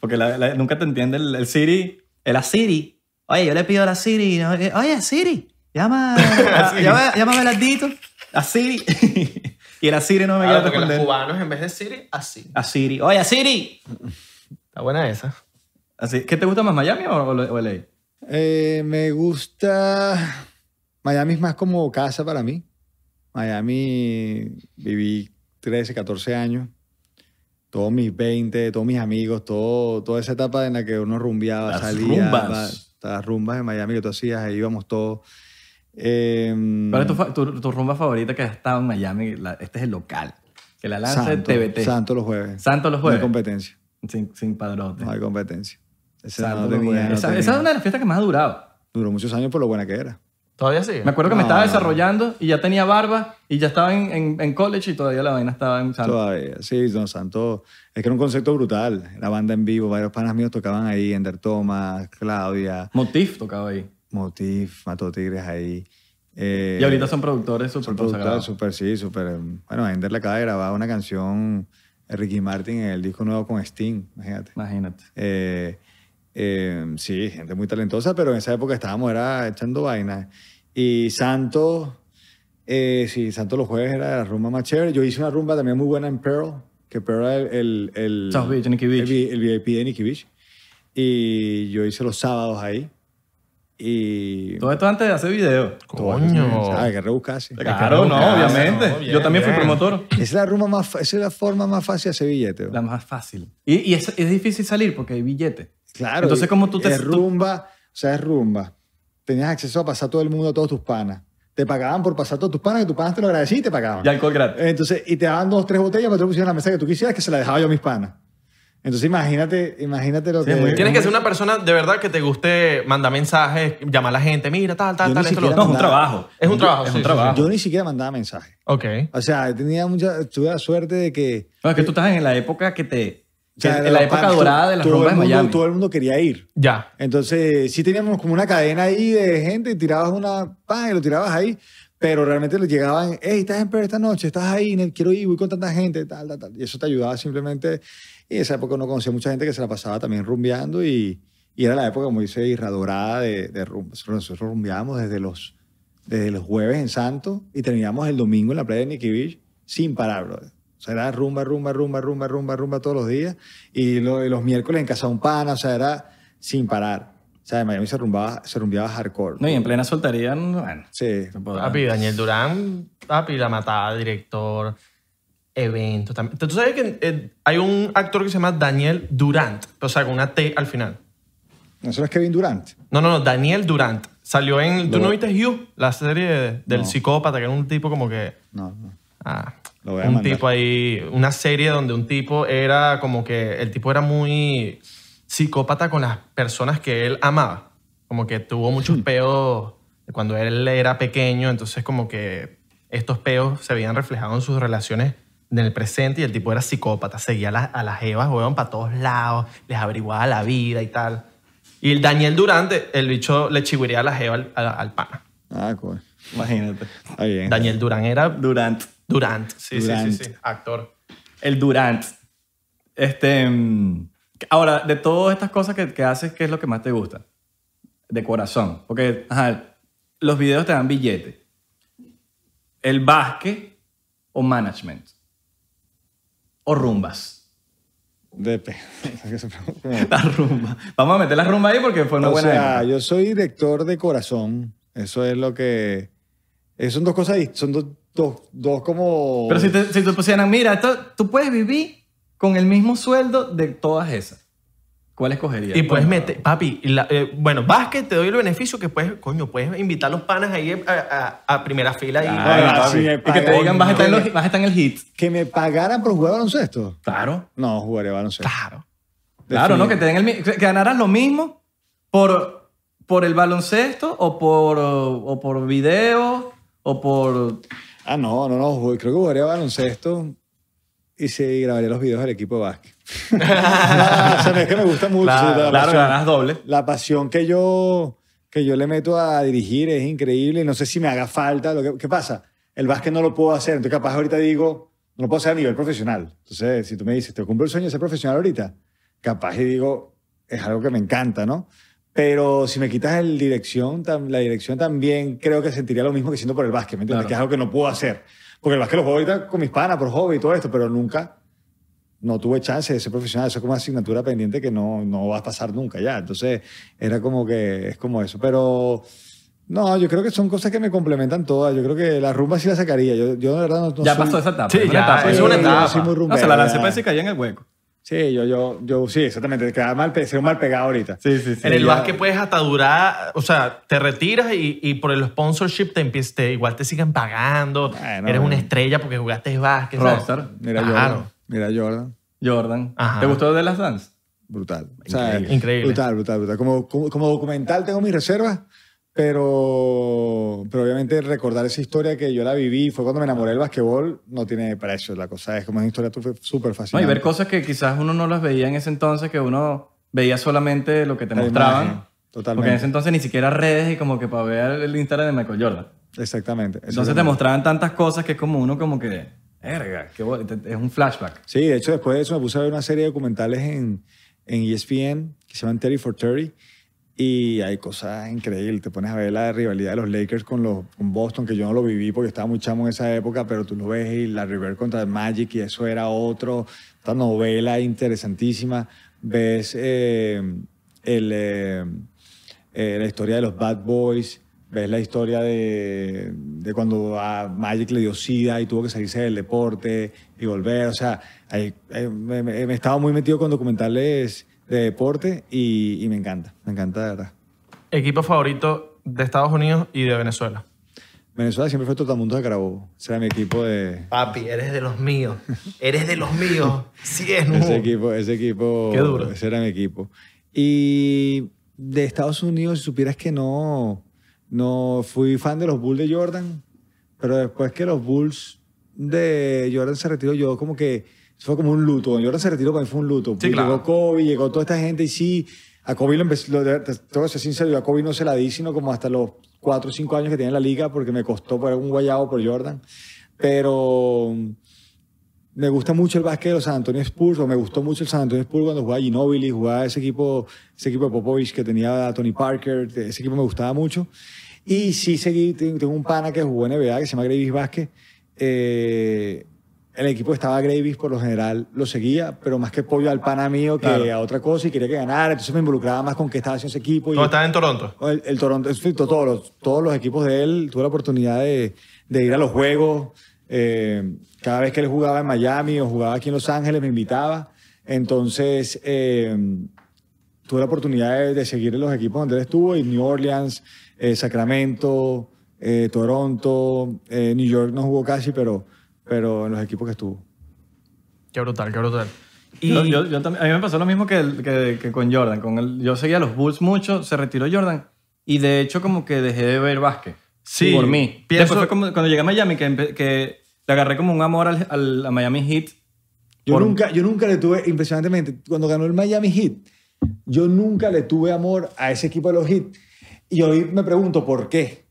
S3: Porque la- la- nunca te entiende el, el Siri. El a Siri. Oye, yo le pido a la Siri. ¿no? Eh, Oye, Siri, llama. a- llama llámame al ladito. A Siri. y el a Siri no me
S2: Claro,
S3: quiere
S2: Ah, porque los
S3: responder.
S2: cubanos en vez de Siri, así.
S3: A Siri. Oye, a Siri.
S2: Está buena esa.
S3: Así, ¿Qué te gusta más, Miami o, o o LA?
S4: Eh, me gusta... Miami es más como casa para mí. Miami viví 13, 14 años. Todos mis 20, todos mis amigos, todo, toda esa etapa en la que uno rumbeaba,
S3: Las
S4: salía.
S3: rumbas.
S4: va- las rumbas en Miami que tú hacías, ahí íbamos todos. Em,
S3: ¿Cuál es tu, fa- tu, tu rumba favorita que has estado en Miami? La- este es el local. Que la lanza
S4: Santo,
S3: TBT. Santo,
S4: Santo los jueves.
S3: los
S4: No hay
S3: jueves.
S4: competencia.
S3: sin, sin padrote.
S4: No hay competencia. Esa,
S3: Santo
S4: no
S3: los
S4: tenía,
S3: jueves.
S4: no
S3: esa,
S4: tenía.
S3: esa es una de las fiestas que más ha durado.
S4: Duró muchos años por lo buena que era.
S2: Todavía sigue.
S3: Me acuerdo que me
S4: No.
S3: estaba desarrollando y ya tenía barba y ya estaba en, en- en college y todavía la vaina estaba en San
S4: Todavía. Sí, Don Santo. Es que era un concepto brutal. La banda en vivo, varios panas míos tocaban ahí. Ender Thomas, Claudia,
S3: Motif tocaba ahí.
S4: Motif, Mato Tigres ahí. Eh,
S3: y ahorita son productores súper
S4: son productores
S3: consagrados.
S4: súper, sí, súper. em, Bueno, Ender le acaba de grabar una canción eh, Ricky Martin en el disco nuevo con Sting, imagínate.
S3: Imagínate.
S4: Eh, eh, sí, gente muy talentosa, pero en esa época estábamos era echando vainas. Y Santo, eh, sí, Santo los jueves era la rumba más chévere. Yo hice una rumba también muy buena en Pearl, que Pearl era el... el, el-
S3: South Beach, Nikki Beach.
S4: el vi- El, VIP de Nicky Beach. Y yo hice los sábados ahí. Y...
S3: Todo esto antes de hacer video.
S2: Coño.
S4: Ah, que rebuscarse. Esa
S3: Claro, no,
S2: claro,
S3: obviamente.
S2: no, bien,
S3: Yo también fui
S2: bien.
S3: promotor.
S4: es la rumba más... fa- Esa es la forma más fácil de hacer billete. bro.
S3: La más fácil. Y, y es, es difícil salir porque hay billete.
S4: Claro.
S3: Entonces,
S4: y-
S3: ¿cómo tú te-
S4: Es
S3: tú-
S4: rumba, o sea, es rumba. Tenías acceso a pasar todo el mundo, a todos tus panas. Te pagaban por pasar todos tus panas, que tus panas te lo agradecían y te pagaban.
S3: Y alcohol gratis.
S4: Entonces, y te daban dos, tres botellas para tú pusieras en la mesa que tú quisieras, que se la dejaba yo a mis panas. Entonces, imagínate, imagínate lo
S3: es
S4: que...
S3: muy-
S2: Tienes que ser una persona de verdad que te guste mandar mensajes, llamar a la gente, mira, tal, tal,
S4: Yo
S2: tal,
S4: ni
S2: esto, lo
S4: siquiera
S3: No, es
S2: otro.
S3: un trabajo.
S2: Es un trabajo,
S3: Es
S2: sí,
S3: un
S2: sí,
S3: trabajo.
S4: Yo ni siquiera mandaba mensajes.
S2: Ok.
S4: O sea, tenía mucha, tuve la suerte de que...
S3: No, es que tú estás en la época que te...
S4: o sea,
S3: que-
S4: de
S3: en la
S4: los
S3: época
S4: panas,
S3: dorada de las
S4: todo el
S3: rumbas de
S4: mundo-
S3: Miami.
S4: Todo el mundo quería ir.
S2: Ya.
S4: Entonces, sí teníamos como una cadena ahí de gente y tirabas una pan y lo tirabas ahí, pero realmente le llegaban, hey, estás en Perú esta noche, estás ahí, Nel, quiero ir, voy con tanta gente, tal, tal, tal. Y eso te ayudaba simplemente. Y en esa época uno conocía mucha gente que se la pasaba también rumbeando y, y era la época, como dice Isra, dorada de, de rumbas. Nosotros rumbeábamos desde los, desde los jueves en Santo y terminamos el domingo en la playa de Nikki Beach sin parar, brother. O sea, era rumba, rumba, rumba, rumba, rumba, rumba todos los días. Y, lo- y los miércoles en casa de un pana, o sea, era sin parar. O sea, en Miami se rumbaba, se rumbeaba hardcore.
S3: No, y en plena soltería, no, bueno.
S4: Sí.
S3: no podrá.
S2: Papi, Daniel Durán, papi, la mataba, director, evento también. Tú sabes que eh, hay un actor que se llama Daniel Durant, o sea, con una T al final.
S4: Nosotros Kevin Durant.
S2: No, no, no, Daniel Durant. Salió en. ¿Tú
S4: Lo-
S2: no viste Hugh? La serie de- del psicópata, que era un tipo como que.
S4: No, no.
S2: Ah,
S4: Lo voy a
S2: un
S4: mandar.
S2: tipo ahí, una serie donde un tipo era como que el tipo era muy psicópata con las personas que él amaba. Como que tuvo muchos
S4: Mm.
S2: peos cuando él era pequeño, entonces como que estos peos se veían reflejados en sus relaciones en el presente y el tipo era psicópata, seguía a las, a las evas, weón, para todos lados, les averiguaba la vida y tal. Y el Daniel Durante, el bicho le chigüiría a la jeva al, al- al pana.
S4: Ah, cool.
S3: Imagínate.
S4: Está bien.
S2: Daniel Durán era
S3: Durant.
S2: Durant. Sí, sí,
S4: Durant.
S2: sí, sí, actor.
S3: El Durant. Este. mm, Ahora, de todas estas cosas que, que haces, ¿qué es lo que más te gusta? De corazón. Porque, ajá, los videos te dan billete. ¿El básquet o management? ¿O rumbas?
S4: Depe.
S3: La rumba. Vamos a meter la rumba ahí porque fue una
S4: o
S3: buena.
S4: sea,
S3: época.
S4: yo soy director de corazón. Eso es lo que... eh, son dos cosas, dist- son dos, dos, dos como...
S3: Pero si te, si te pusieran, mira, esto- tú puedes vivir con el mismo sueldo de todas esas. ¿Cuál escogerías?
S2: Y pues, puedes
S3: Bueno,
S2: meter, papi, y la- eh, bueno, básquet te doy el beneficio que puedes, coño, puedes invitar a los panas ahí eh, a, a- a primera fila. Y,
S3: Ay,
S4: Ah,
S3: papi.
S4: sí, me
S3: y que te
S4: pagan.
S3: digan, vas a, estar en los- vas a estar en el hit.
S4: Que me pagaran por jugar baloncesto.
S3: Claro.
S4: No, jugaré baloncesto.
S2: claro.
S3: Claro, ¿no?
S4: Definitivamente.
S3: Que te den el mi- que ganaras lo mismo por, por el baloncesto o por, o por video o por...
S4: Ah, no, no, no. ju- Creo que jugaría baloncesto y sí, grabaría los videos del equipo de básquet. Ah, o sea, no es que me gusta mucho. sí, la,
S3: claro,
S4: pasión,
S3: ganas doble.
S4: la pasión que yo, que yo le meto a dirigir es increíble y no sé si me haga falta. Lo que, ¿Qué pasa? El básquet no lo puedo hacer. Entonces, capaz ahorita digo, no lo puedo hacer a nivel profesional. Entonces, si tú me dices, te cumplo el sueño de ser profesional ahorita, capaz y digo, es algo que me encanta, ¿no? Pero si me quitas el dirección, tam- la dirección también creo que sentiría lo mismo que siento por el básquet, ¿me entiendes?
S3: Claro.
S4: Que es algo que no puedo hacer. Porque el básquet lo juego ahorita con mis panas, por hobby y todo esto, pero nunca no tuve chance de ser profesional. Eso es como una asignatura pendiente que no, no va a pasar nunca ya. Entonces, era como que es como eso. Pero no, yo creo que son cosas que me complementan todas. Yo creo que la rumba sí la sacaría. Yo, yo de verdad no, no
S3: ya
S4: soy-
S3: pasó esa etapa.
S2: Sí,
S3: es una
S2: ya,
S3: etapa,
S2: es
S3: yo-
S2: una
S3: yo
S2: etapa.
S3: soy muy
S4: No,
S3: rumbero, se la lancé
S4: ya.
S3: para decir que caía en el hueco.
S4: Sí, yo, yo, yo, sí, exactamente. Quedaba mal, ser un mal pegado ahorita.
S3: Sí, sí, sí.
S2: en el
S4: ya.
S2: básquet puedes hasta durar, o sea, te retiras y, y por el sponsorship te, empie- te- igual te siguen pagando.
S4: Bueno,
S2: Eres una
S4: bueno.
S2: estrella porque jugaste básquet. ¿sabes?
S3: Rockstar.
S4: Mira
S2: Claro.
S4: Jordan. Mira Jordan.
S3: Jordan.
S2: Ajá.
S3: ¿Te gustó de las Dance?
S4: Brutal. O sea,
S2: Increíble. Increíble.
S4: Brutal, brutal, brutal. Como, como, como documental tengo mis reservas, pero, pero obviamente recordar esa historia que yo la viví, fue cuando me enamoré del basquetbol, no tiene precio. La cosa es como una historia tu- súper
S3: No,
S4: fascinante.
S3: y ver cosas que quizás uno no las veía en ese entonces, que uno veía solamente lo que te
S4: La
S3: mostraban.
S4: imagen,
S3: Porque en ese
S4: Totalmente.
S3: entonces ni siquiera redes y como que para ver el Instagram de Michael Jordan.
S4: Exactamente.
S3: Entonces te mostraban tantas cosas que es como uno como que, verga, qué bo- te- es un flashback.
S4: Sí, de hecho, después de eso me puse a ver una serie de documentales en, en E ESPN que se llaman 30 for 30. Y hay cosas increíbles. Te pones a ver la rivalidad de los Lakers con, los, con Boston, que yo no lo viví porque estaba muy chamo en esa época, pero tú lo ves y la River contra el Magic y eso era otro. Esta novela interesantísima. Ves eh, el, eh, eh, la historia de los Bad Boys. Ves la historia de, de cuando a Magic le dio sida y tuvo que salirse del deporte y volver. O sea, ahí, eh, me, me- me he estado muy metido con documentales de deporte y, y me encanta, me encanta de verdad.
S2: Equipo favorito de Estados Unidos y de Venezuela.
S4: Venezuela siempre fue Trotamundos de Carabobo. Ese era mi equipo de...
S2: Papi, eres de los míos. Eres de los míos. Sí, es
S4: Ese
S2: no.
S4: equipo, ese equipo...
S2: Qué duro.
S4: Ese era mi equipo. Y de Estados Unidos, si supieras que no... No fui fan de los Bulls de Jordan, pero después que los Bulls de Jordan se retiró, yo como que... Fue como un luto. Cuando Jordan se retiró, para mí fue un luto.
S2: Sí, claro.
S4: Llegó Kobe, llegó toda esta gente y sí... A Kobe lo empecé, lo, te- tengo que ser sincero, yo a Kobe no se la di, sino como hasta los 4 o 5 años que tenía en la liga, porque me costó poner un guayabo por Jordan. Pero me gusta mucho el básquet de los San Antonio Spurs, o me gustó mucho el San Antonio Spurs cuando jugaba Ginobili, jugaba ese equipo, ese equipo de Popovich que tenía a Tony Parker, ese equipo me gustaba mucho. Y sí seguí, te- tengo un pana que jugó en NBA que se llama Gravis Vázquez. Eh, el equipo estaba Gravis, por lo general lo seguía, pero más que pollo al pana mío que
S3: Claro.
S4: a otra cosa y quería que ganara, entonces me involucraba más con qué estaba haciendo ese equipo. y-
S2: No, estás en Toronto.
S4: el, el Toronto, en fin, to- todos los, todos los equipos de él, tuve la oportunidad de, de ir a los juegos. eh, cada vez que él jugaba en Miami o jugaba aquí en Los Ángeles, me invitaba. Entonces, eh, tuve la oportunidad de, de seguir en los equipos donde él estuvo, en New Orleans, eh, Sacramento, eh, Toronto, eh, New York no jugó casi, pero, pero en los equipos que estuvo.
S2: Qué brutal, qué brutal. Y
S3: Yo- yo- yo también- a mí me pasó lo mismo que, el- que- que con Jordan. Con el, yo seguía a los Bulls mucho, se retiró Jordan y de hecho como que dejé de ver básquet.
S2: Sí,
S3: Por mí.
S2: pienso-
S3: Después fue como- cuando llegué a Miami que, empe- que le agarré como un amor al, al- a Miami Heat.
S4: Yo
S3: Por-
S4: nunca, yo nunca le tuve, impresionantemente, cuando ganó el Miami Heat, yo nunca le tuve amor a ese equipo de los Heat. Y hoy me pregunto, ¿por qué?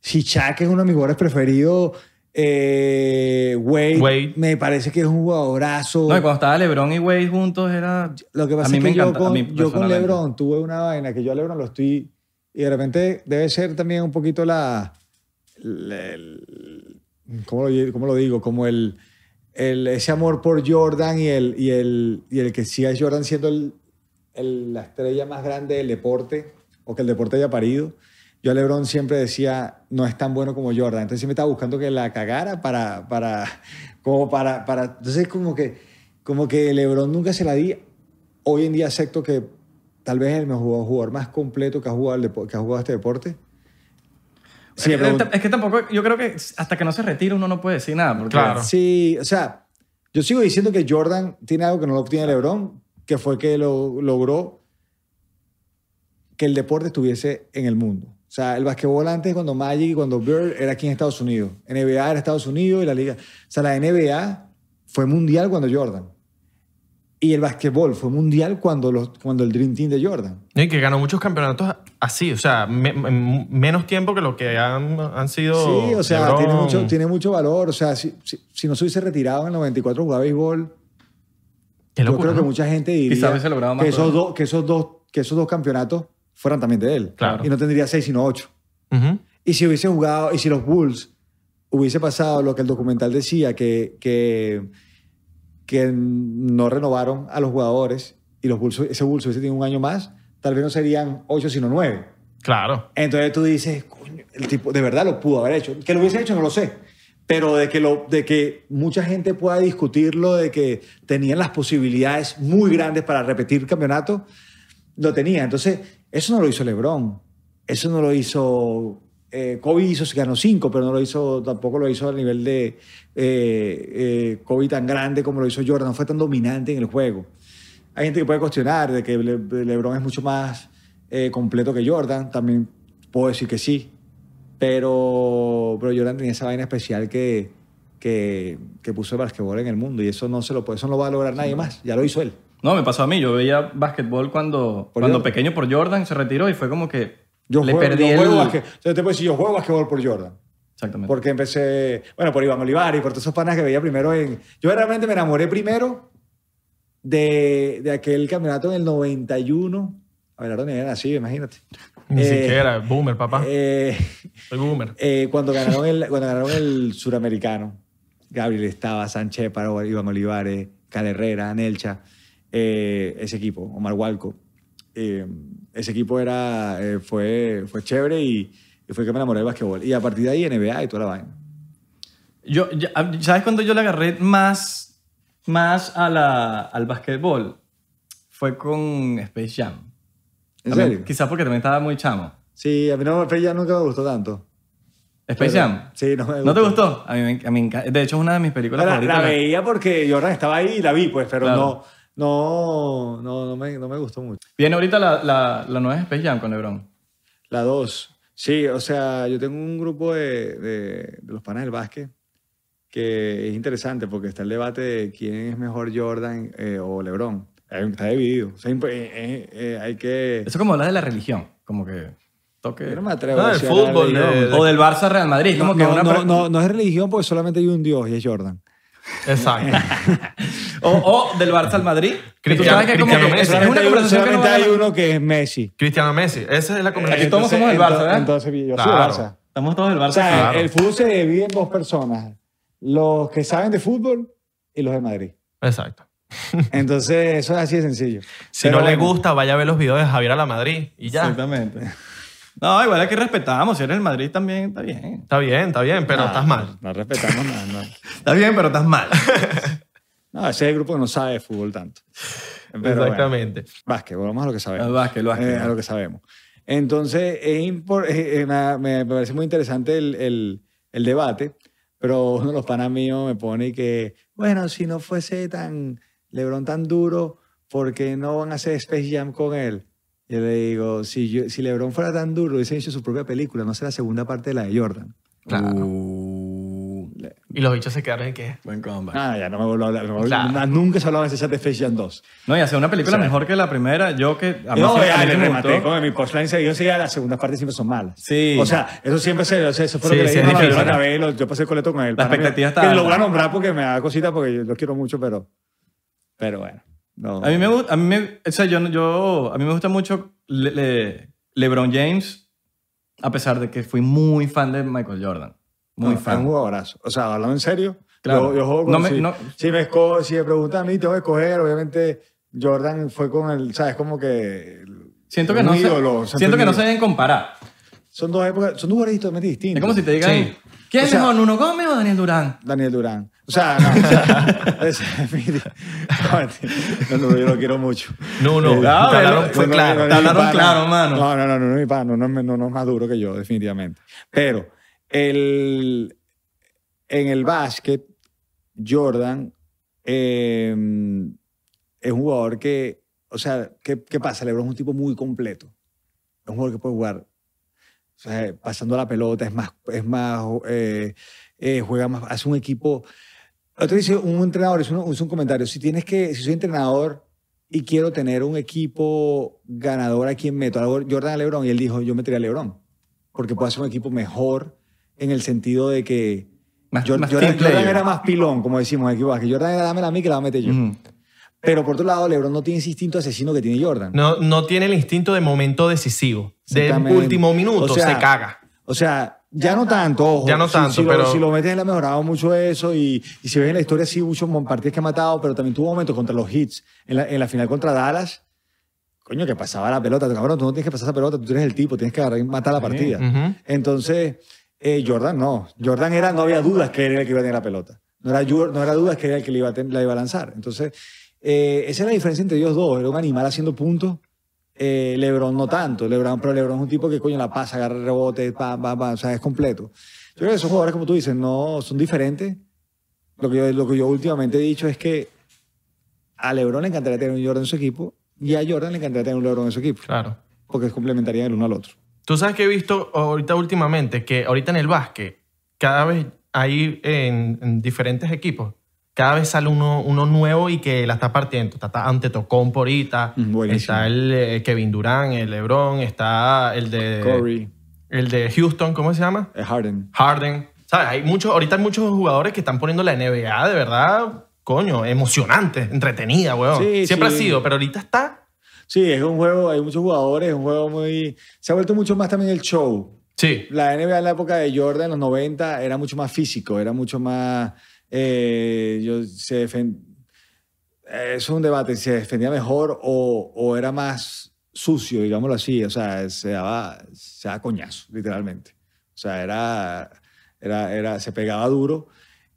S4: Si Shaq es uno de mis jugadores preferidos, eh, Wade,
S2: Wade.
S4: me parece que es un jugadorazo.
S3: No, y cuando estaba LeBron y Wade juntos era...
S4: Lo que pasa
S3: a mí
S4: es
S3: me
S4: que yo,
S3: encanta, a
S4: con,
S3: mí
S4: yo con
S3: personalmente.
S4: LeBron tuve una vaina que yo a LeBron lo estoy. Y de repente debe ser también un poquito la. la- el- ¿cómo, lo, cómo lo digo? Como el, el- ese amor por Jordan y el, y el, y el que siga Jordan siendo el- el- la estrella más grande del deporte o que el deporte haya parido. Yo a LeBron siempre decía, no es tan bueno como Jordan. Entonces siempre estaba buscando que la cagara para. para como para, para. Entonces, como que, como que LeBron nunca se la di hoy en día acepto que tal vez es el mejor jugador más completo que ha jugado, el depo- que ha jugado este deporte. Sí, me
S3: es,
S4: pregunto-
S3: es que tampoco... Yo creo que hasta que no se retira uno no puede decir nada. Porque
S2: Claro.
S4: sí, o sea, yo sigo diciendo que Jordan tiene algo que no lo
S2: Ah.
S4: tiene LeBron, que fue que lo, logró que el deporte estuviese en el mundo. O sea, el basquetbol antes, cuando Magic y cuando Bird, era aquí en Estados Unidos. NBA era Estados Unidos y la liga. O sea, la NBA fue mundial cuando Jordan. Y el basquetbol fue mundial cuando, los, cuando el Dream Team de Jordan.
S2: y que ganó muchos campeonatos así, o sea, me- me- menos tiempo que lo que han, han sido.
S4: Sí, o sea,
S2: LeBron.
S4: tiene mucho, tiene mucho valor. O sea, si, si, si no se hubiese retirado en el 94 a jugar béisbol,
S2: Qué
S4: yo
S2: locura,
S4: creo que
S2: ¿no?
S4: mucha gente diría
S3: Quizá hubiese logrado más
S4: que, esos
S3: cosas.
S4: dos, que, esos dos, que esos dos campeonatos fueran también de él.
S2: Claro.
S4: Y no tendría seis, sino ocho.
S2: Ujú.
S4: Y si hubiese jugado, y si los Bulls hubiese pasado lo que el documental decía, que, que, que no renovaron a los jugadores y los Bulls, ese Bulls hubiese tenido un año más, tal vez no serían ocho, sino nueve.
S2: Claro.
S4: Entonces tú dices, coño, el tipo de verdad lo pudo haber hecho. Que lo hubiese hecho, no lo sé. Pero de que, lo, de que mucha gente pueda discutirlo, de que tenían las posibilidades muy grandes para repetir campeonato, lo tenía. Entonces, eso no lo hizo LeBron. Eso no lo hizo. eh, Kobe hizo, se ganó cinco, pero no lo hizo, tampoco lo hizo al nivel de eh, eh, Kobe tan grande como lo hizo Jordan. No fue tan dominante en el juego. Hay gente que puede cuestionar de que Le- LeBron es mucho más eh, completo que Jordan. También puedo decir que sí. Pero, pero Jordan tenía esa vaina especial que, que, que puso el basquetbol en el mundo. Y eso no, se lo, puede- eso no lo va a lograr nadie más. Ya lo hizo él.
S3: No, me pasó a mí. Yo veía básquetbol cuando,
S4: Por
S3: cuando
S4: Jordan.
S3: pequeño por Jordan, se retiró y fue como que
S4: Yo
S3: le
S4: juego,
S3: perdí
S4: yo juego
S3: el...
S4: basque- yo te puedo decir, yo juego basquetbol por Jordan.
S3: Exactamente.
S4: Porque empecé, bueno, por Iván Olivar y por todos esos panas que veía primero en... Yo realmente me enamoré primero de, de aquel campeonato en el 91. Abelardo ni era nacido, imagínate.
S2: Ni
S4: Eh,
S2: siquiera, boomer, papá.
S4: eh,
S2: Soy boomer.
S4: eh, cuando, ganaron el, cuando ganaron el suramericano, Gabriel estaba, Sánchez, Paro, Iván Olivares, Cal Herrera, Nelcha, eh, ese equipo, Omar Walco. Eh, ese equipo era, eh, fue, fue chévere y, y fue que me enamoré del basquetbol. Y a partir de ahí NBA y toda la vaina.
S3: Yo, ya- ah, ¿Sabes cuando yo le agarré más, más a la, al basquetbol? Fue con Space Jam.
S4: ¿En
S3: También-
S4: serio?
S3: Quizás porque también estaba muy chamo.
S4: Sí, a mí no, Space Jam nunca me gustó tanto.
S3: Space Jam.
S4: Sí, no me
S3: ¿No te
S4: gustó.
S3: gustó? A mí me, a mí me encanta. De hecho, es una de mis películas
S4: La,
S3: favoritas.
S4: la veía porque Jordan estaba ahí y la vi, pues, pero
S3: Claro.
S4: no, no, no, no me, no me gustó mucho.
S3: Viene ahorita la, la, la nueva Space Jam con LeBron.
S4: La dos. Sí, o sea, yo tengo un grupo de, de- de los panas del básquet que es interesante porque está el debate de quién es mejor Jordan eh, o LeBron. Hay un- Está dividido. O sea, imp- eh, eh, eh, hay que...
S3: Eso como hablar de la religión. Como que toque...
S4: Yo no me atrevo
S2: No,
S4: a
S2: el
S4: decir hablar
S2: fútbol,
S4: LeBron.
S2: de-
S3: O del Barça Real Madrid. eh, Como
S4: No,
S3: que
S4: Eh, no,
S3: una
S4: no,
S3: pre-
S4: no, no es religión porque solamente hay un dios y es Jordan.
S2: Exacto.
S3: O, o del Barça al Madrid. que tú
S2: Cristiano-
S3: sabes que es como que
S2: Cristiano
S3: es
S2: Messi.
S3: una
S4: Solamente hay-
S3: conversación que no
S4: solamente
S3: vale
S4: hay
S3: la-
S4: uno que es Messi.
S2: Cristiano Messi. Esa es la
S3: Aquí
S2: conversación.
S3: todos somos del Barça,
S4: Entonces-
S3: ¿verdad?
S4: Entonces, yo soy
S2: Claro.
S4: Barça.
S3: Estamos todos del Barça.
S4: O sea,
S2: Claro.
S4: el fútbol se divide en dos personas: los que saben de fútbol y los de Madrid.
S2: Exacto.
S4: Entonces, eso es así de sencillo.
S2: Si no le gusta, vaya a ver los videos de Javier a la Madrid y ya.
S3: Exactamente. No, igual es que respetamos. Si eres el Madrid también está bien.
S2: Está bien, está bien,
S4: Ah,
S2: pero estás mal.
S4: No respetamos nada. No.
S3: Está bien, pero estás mal.
S4: No, ese es el grupo que no sabe de fútbol tanto. Pero Bueno,
S2: Exactamente.
S4: básquet, volvamos a lo que sabemos.
S3: Al básquet, al básquet.
S4: Eh, a lo que sabemos. Entonces, es impor- eh, eh, me, me parece muy interesante el, el- el debate, pero uno de los panas míos me pone que, bueno, si no fuese tan Lebron tan duro, ¿por qué no van a hacer Space Jam con él? Yo le digo, si, yo- si Lebron fuera tan duro, hubiese hecho su propia película, no sé la segunda parte de la de Jordan.
S2: Claro.
S3: Uh,
S2: Y los bichos se quedaron en que.
S3: buen comeback.
S4: Ah, ya no me vuelvo a hablar. no me vuelvo-
S2: Claro.
S4: na- Nunca se hablaba de esa de Space Jam 2.
S3: No, y hacer una película mejor que la primera. Yo que. A mí
S4: no,
S3: sí- a
S4: ya,
S3: mí
S4: le
S3: sí me
S4: rematé
S3: gustó.
S4: con mi postline se dio, sí, ya las segundas partes siempre son malas.
S3: Sí.
S4: O sea, eso siempre se, o sea, eso fue lo
S2: Sí,
S4: que
S2: sí,
S4: le
S2: es
S4: dije a
S2: difícil.
S4: Maradona una vez, lo- yo pasé el coleto con él.
S3: La
S4: Para mí,
S3: expectativa está
S4: Que lo
S3: alta.
S4: voy a nombrar porque me da cosita, porque yo lo quiero mucho, pero... Pero bueno. No.
S3: A mí me gusta. A mí me, o sea, yo, no- yo, a mí me gusta mucho Le- Le- LeBron James, a pesar de que fui muy fan de Michael Jordan. Muy
S4: No, Es un
S3: fan.
S4: jugadorazo. O sea, hablando en serio,
S3: Claro.
S4: yo, yo juego con...
S3: No me-
S4: si,
S3: no-
S4: si me esco- si me preguntan a mí, tengo que escoger, obviamente... Jordan fue con el, ¿sabes? Como que...
S3: Siento que
S4: un
S3: no se,
S4: ídolo, o sea,
S3: siento
S4: un
S3: que no
S4: ídolo.
S3: se deben comparar.
S4: Son dos épocas, son dos jugadores totalmente distintos.
S3: Es como si te digan,
S2: Sí.
S3: ¿quién
S4: O
S3: es
S4: sea-
S3: mejor, Nuno Gómez o Daniel Durán?
S4: Daniel Durán. O sea, no, o sea, ese es mi- no, mentira. No, no, yo lo quiero mucho.
S2: No, no.
S4: Eh,
S2: te
S3: Ah,
S2: hablaron-
S3: bueno,
S2: fue
S3: no,
S2: claro.
S3: no,
S4: es
S3: te hablaron
S4: mi pana.
S3: claro, mano.
S4: No, no, no, no, no, es mi pana, no, no, no, no es más duro que yo, definitivamente. Pero el, en el básquet, Jordan eh, es un jugador que, o sea, ¿qué, qué pasa? LeBron es un tipo muy completo. Es un jugador que puede jugar o sea, pasando la pelota, es más, es más, eh, eh, juega más, hace un equipo. Otro dice, un entrenador, hizo un, hizo un comentario, si tienes que, si soy entrenador y quiero tener un equipo ganador, ¿a quién meto? Algo- Jordan a LeBron, y él dijo, yo metería a LeBron, porque puedo hacer un equipo mejor en el sentido de que
S3: Más-
S4: Jor-
S3: más
S4: Jordan,
S3: team player. Mm.
S4: Jordan era más pilón, como decimos en equipo de básquet. Jordan era dámela a mí que la voy a meter yo.
S3: Ujú.
S4: Pero por otro lado, LeBron no tiene ese instinto asesino que tiene Jordan.
S2: No, no tiene el instinto de momento decisivo. De
S4: Exactamente.
S2: último minuto
S4: O sea,
S2: se caga.
S4: O sea, ya no tanto, ojo.
S2: Ya no
S4: Si-
S2: tanto,
S4: si, lo-
S2: pero-
S4: Si lo metes, le ha mejorado mucho eso. Y, y si ves en la historia, sí, muchos partidos que ha matado, pero también tuvo momentos contra los hits. En la, en la final contra Dallas, coño, que pasaba la pelota. Cabrón, tú no tienes que pasar esa pelota, tú eres el tipo, tienes que agarrar y matar la partida.
S2: Ujú.
S4: Entonces, eh, Jordan no. Jordan era, no había dudas que él era el que iba a tener la pelota. No era, Jor- no era dudas que era el que le iba a ten- la iba a lanzar. Entonces, eh, esa es la diferencia entre ellos dos. Era un animal haciendo puntos. Eh, Lebron no tanto. Lebron, pero Lebron es un tipo que coño la pasa, agarra el rebote, pa, pa, pa, o sea, es completo. Yo creo que esos jugadores, como tú dices, no son diferentes. Lo que yo, lo que yo últimamente he dicho es que a Lebron le encantaría tener un Jordan en su equipo y a Jordan le encantaría tener un Lebron en su equipo.
S2: Claro.
S4: Porque complementarían el uno al otro.
S2: Tú sabes que he visto ahorita últimamente que ahorita en el básquet, cada vez hay en, en diferentes equipos, cada vez sale uno, uno nuevo y que la está partiendo. Está, está Antetokounmpo ahorita,
S4: Mm, buenísimo.
S2: está el eh, Kevin Durant, el LeBron, está el de
S4: Curry,
S2: el de Houston, ¿cómo se llama?
S4: eh, Harden.
S2: Harden. ¿Sabes? Hay muchos, ahorita hay muchos jugadores que están poniendo la NBA de verdad, coño, emocionante, entretenida, weón.
S4: Sí,
S2: Siempre
S4: sí.
S2: ha sido, pero ahorita está.
S4: Sí, es un juego, hay muchos jugadores, es un juego muy... Se ha vuelto mucho más también el show.
S2: Sí.
S4: La NBA en la época de Jordan, en los 90, era mucho más físico, era mucho más... eh, yo se defen- eh, Es un debate, ¿se defendía mejor o, o era más sucio, digámoslo así? O sea, se daba, se daba coñazo, literalmente. O sea, era, era, era, se pegaba duro.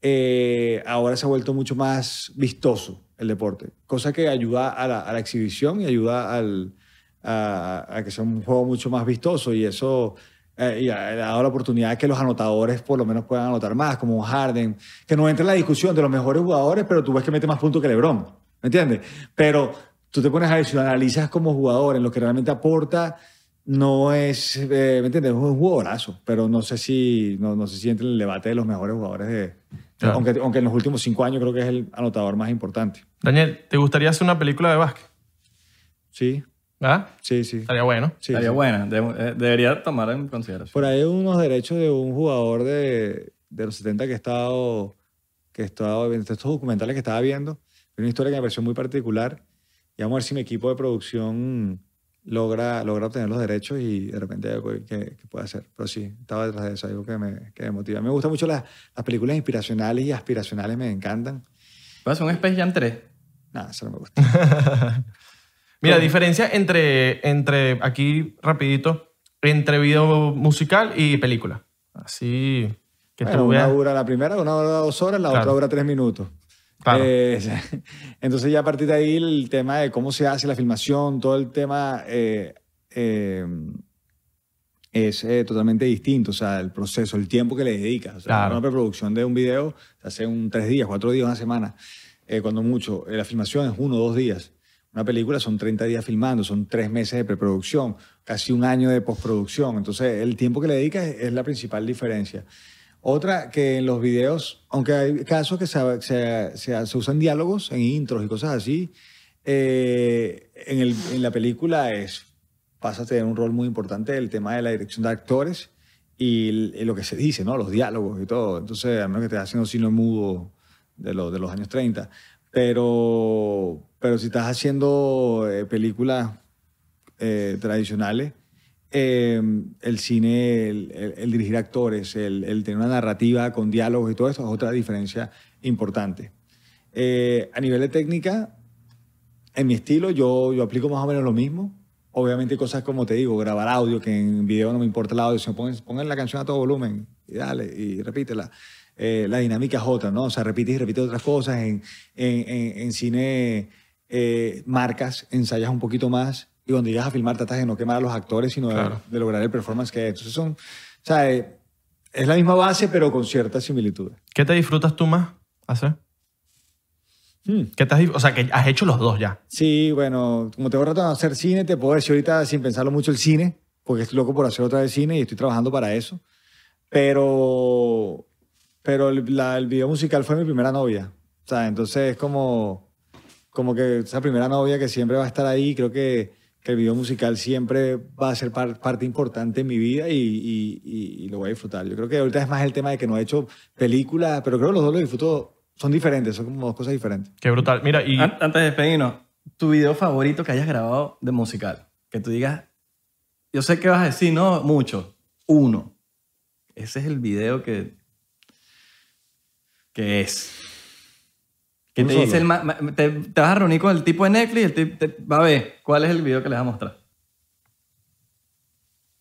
S4: Eh, ahora se ha vuelto mucho más vistoso el deporte, cosa que ayuda a la, a la exhibición y ayuda al, a, a que sea un juego mucho más vistoso y eso eh, y ha dado la oportunidad de que los anotadores por lo menos puedan anotar más, como Harden, que no entre en la discusión de los mejores jugadores, pero tú ves que mete más puntos que LeBron, ¿me entiendes? Pero tú te pones a eso, analizas como jugador en lo que realmente aporta, no es, eh, ¿me entiendes? Es un jugadorazo, pero no sé si, no, no sé si entra en el debate de los mejores jugadores de...
S2: Claro.
S4: Aunque, aunque en los últimos cinco años creo que es el anotador más importante.
S2: Daniel, ¿te gustaría hacer una película de básquet?
S4: Sí,
S2: ¿Ah?
S4: sí, sí.
S2: Estaría bueno.
S4: sí,
S3: Estaría
S4: sí.
S3: buena. de- eh, debería tomar en consideración.
S4: Por ahí unos derechos de un jugador de, de los 70 que he estado, que he estado, entre estos documentales que estaba viendo, hay una historia que me pareció muy particular y vamos a ver si mi equipo de producción logra, logra obtener los derechos y de repente hay algo que, que pueda hacer. Pero sí, estaba detrás de eso, algo que me, que me motiva. Me gustan mucho las, las películas inspiracionales y aspiracionales, me encantan.
S3: Va a ser un Space Jam 3.
S4: Nada, eso no me gusta.
S2: Mira, diferencia entre, entre, aquí rapidito, entre video musical y película. Así que
S4: Bueno,
S2: tú
S4: una
S2: veas.
S4: dura la primera, una dura dos horas, la
S2: Claro.
S4: otra dura tres minutos.
S2: Claro.
S4: Eh, entonces ya a partir de ahí el tema de cómo se hace la filmación, todo el tema eh, eh, es eh, totalmente distinto, o sea, el proceso, el tiempo que le dedicas. O sea,
S2: Claro.
S4: Una preproducción de un video se hace un tres días, cuatro días, una semana, eh, cuando mucho. Eh, la filmación es uno o dos días. Una película son 30 días filmando, son tres meses de preproducción, casi un año de postproducción. Entonces, el tiempo que le dedicas es- es la principal diferencia. Otra que en los videos, aunque hay casos que se, se- se- se usan diálogos en intros y cosas así, eh, en, el- en la película es, pasa a tener un rol muy importante el tema de la dirección de actores y, el- y lo que se dice, ¿no? los diálogos y todo. Entonces, a menos que estés haciendo cine mudo de, lo- de los años 30. Pero, pero si estás haciendo eh, películas eh, tradicionales, eh, el cine, el, el- el dirigir actores, el, el tener una narrativa con diálogos y todo eso es otra diferencia importante. Eh, a nivel de técnica, en mi estilo yo, yo aplico más o menos lo mismo. Obviamente hay cosas como te digo, grabar audio, que en video no me importa el audio, sino pongan, pongan la canción a todo volumen y dale, y repítela. Eh, la dinámica es otra, ¿no? O sea, repites y repites otras cosas. En, en, en- en cine eh, marcas, ensayas un poquito más y cuando llegas a filmar tratas de no quemar a los actores, sino de-
S2: Claro.
S4: de, lograr el performance que es. Entonces son, o sea, eh, es la misma base pero con ciertas similitudes.
S2: ¿Qué te disfrutas tú más hacer?
S4: Hmm.
S2: ¿Qué te has dif- o sea, que has hecho los dos ya.
S4: Sí, bueno, como tengo rato de no hacer cine, te puedo decir ahorita sin pensarlo mucho el cine, porque estoy loco por hacer otra vez cine y estoy trabajando para eso. Pero, pero el, la- el video musical fue mi primera novia. O sea, entonces es como, como que esa primera novia que siempre va a estar ahí, creo que, que el video musical siempre va a ser par- parte importante en mi vida y, y- y- y lo voy a disfrutar. Yo creo que ahorita es más el tema de que no he hecho películas, pero creo que los dos los disfruto, son diferentes, son como dos cosas diferentes.
S2: Qué brutal. Mira, y
S4: Ah,
S3: An- Antes de despedirnos, tu video favorito que hayas grabado de musical. Que tú digas, yo sé que vas a decir, no, mucho. Uno. Ese es el video que. que es. Que
S4: Uno
S3: te dice
S4: solo.
S3: el ma- ma- te, te vas a reunir con el tipo de Netflix y el tipo te va a ver cuál es el video que les va a mostrar.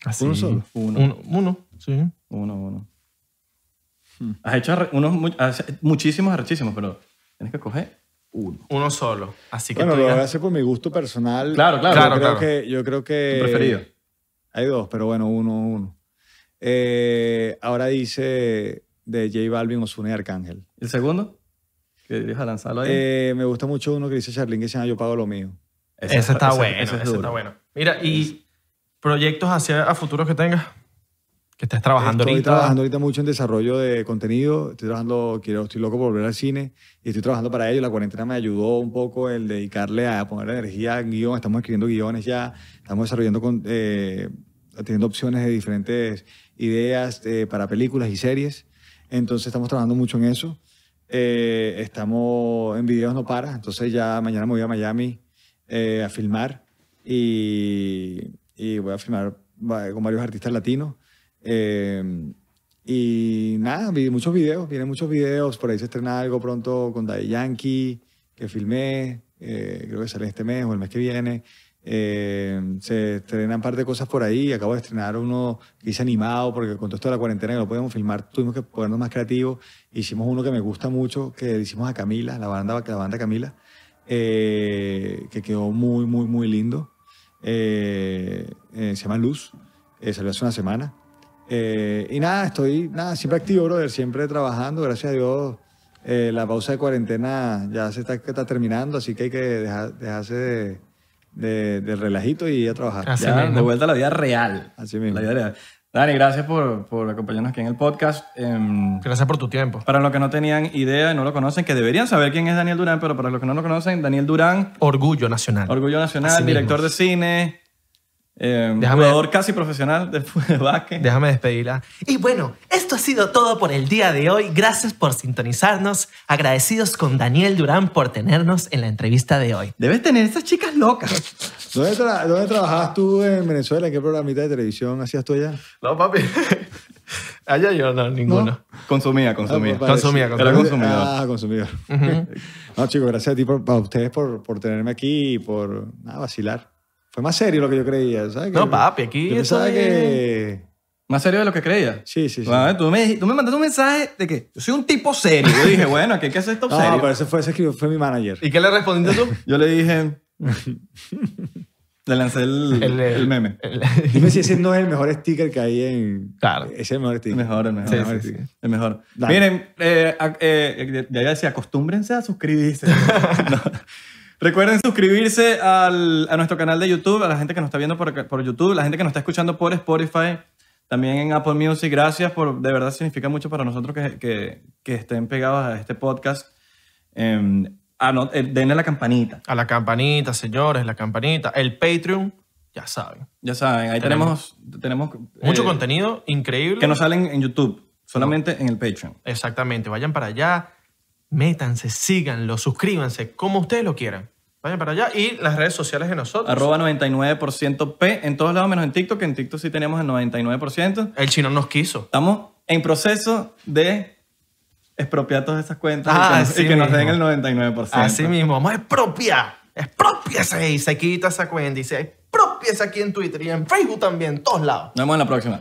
S2: así.
S4: uno solo.
S3: Uno.
S2: Uno, uno, sí.
S3: Uno, uno. Has hecho arre- unos mu- has- muchísimos arrechísimos, pero tienes que coger uno.
S2: Uno solo. Así que
S4: Bueno,
S2: tú
S4: lo voy a
S2: digas,
S4: hacer por mi gusto personal.
S3: Claro, claro.
S2: Claro,
S4: yo creo
S2: claro.
S4: que yo creo que
S3: Tu preferido.
S4: hay dos, pero bueno, uno uno. Eh, ahora dice de J Balvin, Ozuna y Arcángel.
S3: ¿El segundo? Que dejas lanzarlo ahí.
S4: Eh, me gusta mucho uno que dice Charlyn que se llama Yo pago lo mío.
S2: Ese, está
S3: ese-
S2: bueno.
S3: ese es
S2: ese
S3: duro.
S2: está bueno. Mira, y proyectos hacia a futuro que tengas. Que estés trabajando
S4: estoy
S2: ahorita.
S4: trabajando ahorita mucho en desarrollo de contenido. Estoy trabajando, quiero, estoy loco por volver al cine y estoy trabajando para ello. La cuarentena me ayudó un poco el dedicarle a poner energía en guión. Estamos escribiendo guiones ya, estamos desarrollando, con, eh, teniendo opciones de diferentes ideas eh, para películas y series. Entonces estamos trabajando mucho en eso. Eh, estamos en videos no para, entonces ya mañana me voy a Miami eh, a filmar y, y voy a filmar va- con varios artistas latinos. Eh, y nada, vi muchos videos, vienen muchos videos, por ahí se estrena algo pronto con Daddy Yankee, que filmé, eh, creo que sale este mes o el mes que viene. Eh, se estrenan parte de cosas por ahí, acabo de estrenar uno que hice animado porque con todo esto de la cuarentena que no podíamos filmar, tuvimos que ponernos más creativos. Hicimos uno que me gusta mucho, que le hicimos a Camila, la banda, la banda Camila, eh, que quedó muy, muy, muy lindo. Eh, eh, se llama Luz, eh, salió hace una semana. Eh, y nada, estoy nada, siempre activo, brother, siempre trabajando, gracias a Dios. eh, la pausa de cuarentena ya se está, está terminando, así que hay que dejar, dejarse de, de- del relajito y ir a trabajar.
S2: Así
S3: Ya,
S2: mismo.
S3: de vuelta a la vida real.
S4: Así mismo.
S3: La vida real. Dani, gracias por, por acompañarnos aquí en el podcast. Em,
S2: Gracias por tu tiempo.
S3: para los que no tenían idea y no lo conocen, que deberían saber quién es Daniel Durán, pero para los que no lo conocen, Daniel Durán,
S2: Orgullo nacional.
S3: Orgullo Nacional,
S2: Así mismo.
S3: director de cine, em,
S2: Déjame-
S3: jugador casi profesional de, fu- de básquet.
S2: Déjame despedirla.
S5: Y bueno, esto ha sido todo por el día de hoy. Gracias por sintonizarnos. Agradecidos con Daniel Durán por tenernos en la entrevista de hoy.
S3: Debes tener estas chicas locas.
S4: ¿Dónde, tra- dónde trabajabas tú en Venezuela? ¿Qué programita de televisión hacías tú allá?
S2: No, papi. Allá yo no, ninguno.
S3: Consumía, consumía.
S4: Ah, pues,
S2: Consumía,
S4: parece-
S3: consumía. Era
S4: Ah,
S3: consumidor.
S4: consumidor. No, chicos, gracias a ti, por, a ustedes por, por tenerme aquí y por nada, vacilar. Fue más serio lo que yo creía, ¿sabes?
S2: No,
S4: Que-
S2: papi, aquí
S4: Yo
S2: eso
S4: pensaba
S2: es-
S4: que...
S3: Más serio de lo que creía.
S4: Sí, sí, sí.
S3: Bueno, tú, me, dij- tú me mandaste un mensaje de que yo soy un tipo serio. Yo dije, bueno, ¿qué, qué es esto
S4: No,
S3: serio?
S4: pero ese fue, ese escribió- fue mi manager.
S2: ¿Y qué le respondiste tú?
S3: Yo le dije. le lancé el, el, meme.
S2: el-
S4: Dime si ese no es el mejor sticker que hay en...
S2: Claro.
S4: Ese es el mejor
S3: El
S4: sticker.
S3: mejor, el mejor.
S2: Sí,
S3: el mejor.
S2: sí, sí.
S3: El mejor.
S4: Dale.
S3: Miren, eh, ac- eh, ya iba a decir, acostúmbrense a suscribirse. No. Recuerden suscribirse al- a nuestro canal de YouTube, a la gente que nos está viendo por, acá- por YouTube, la gente que nos está escuchando por Spotify, también en Apple Music. Gracias, por, de verdad significa mucho para nosotros que, que- que estén pegados a este podcast. Eh, ano- eh, denle a la campanita.
S2: A la campanita, señores, la campanita. El Patreon, ya saben.
S3: Ya saben, ahí tenemos, tenemos,
S2: Mucho
S3: eh,
S2: contenido increíble.
S3: que no salen en YouTube, solamente en el Patreon.
S2: Exactamente. Vayan para allá, métanse, síganlo, suscríbanse, como ustedes lo quieran. Vayan para allá y las redes sociales de nosotros.
S3: Arroba 99% P en todos lados menos en TikTok, que en TikTok sí tenemos el 99%.
S2: El chino nos quiso.
S3: Estamos en proceso de expropiar todas esas cuentas y
S2: Ah,
S3: que nos- y,
S2: así
S3: que nos,
S2: mismo.
S3: den el 99%.
S2: Así mismo, vamos a expropiar. Expropiese y se quita esa cuenta y se expropiese aquí en Twitter y en Facebook también, en todos lados.
S3: Nos vemos en la próxima.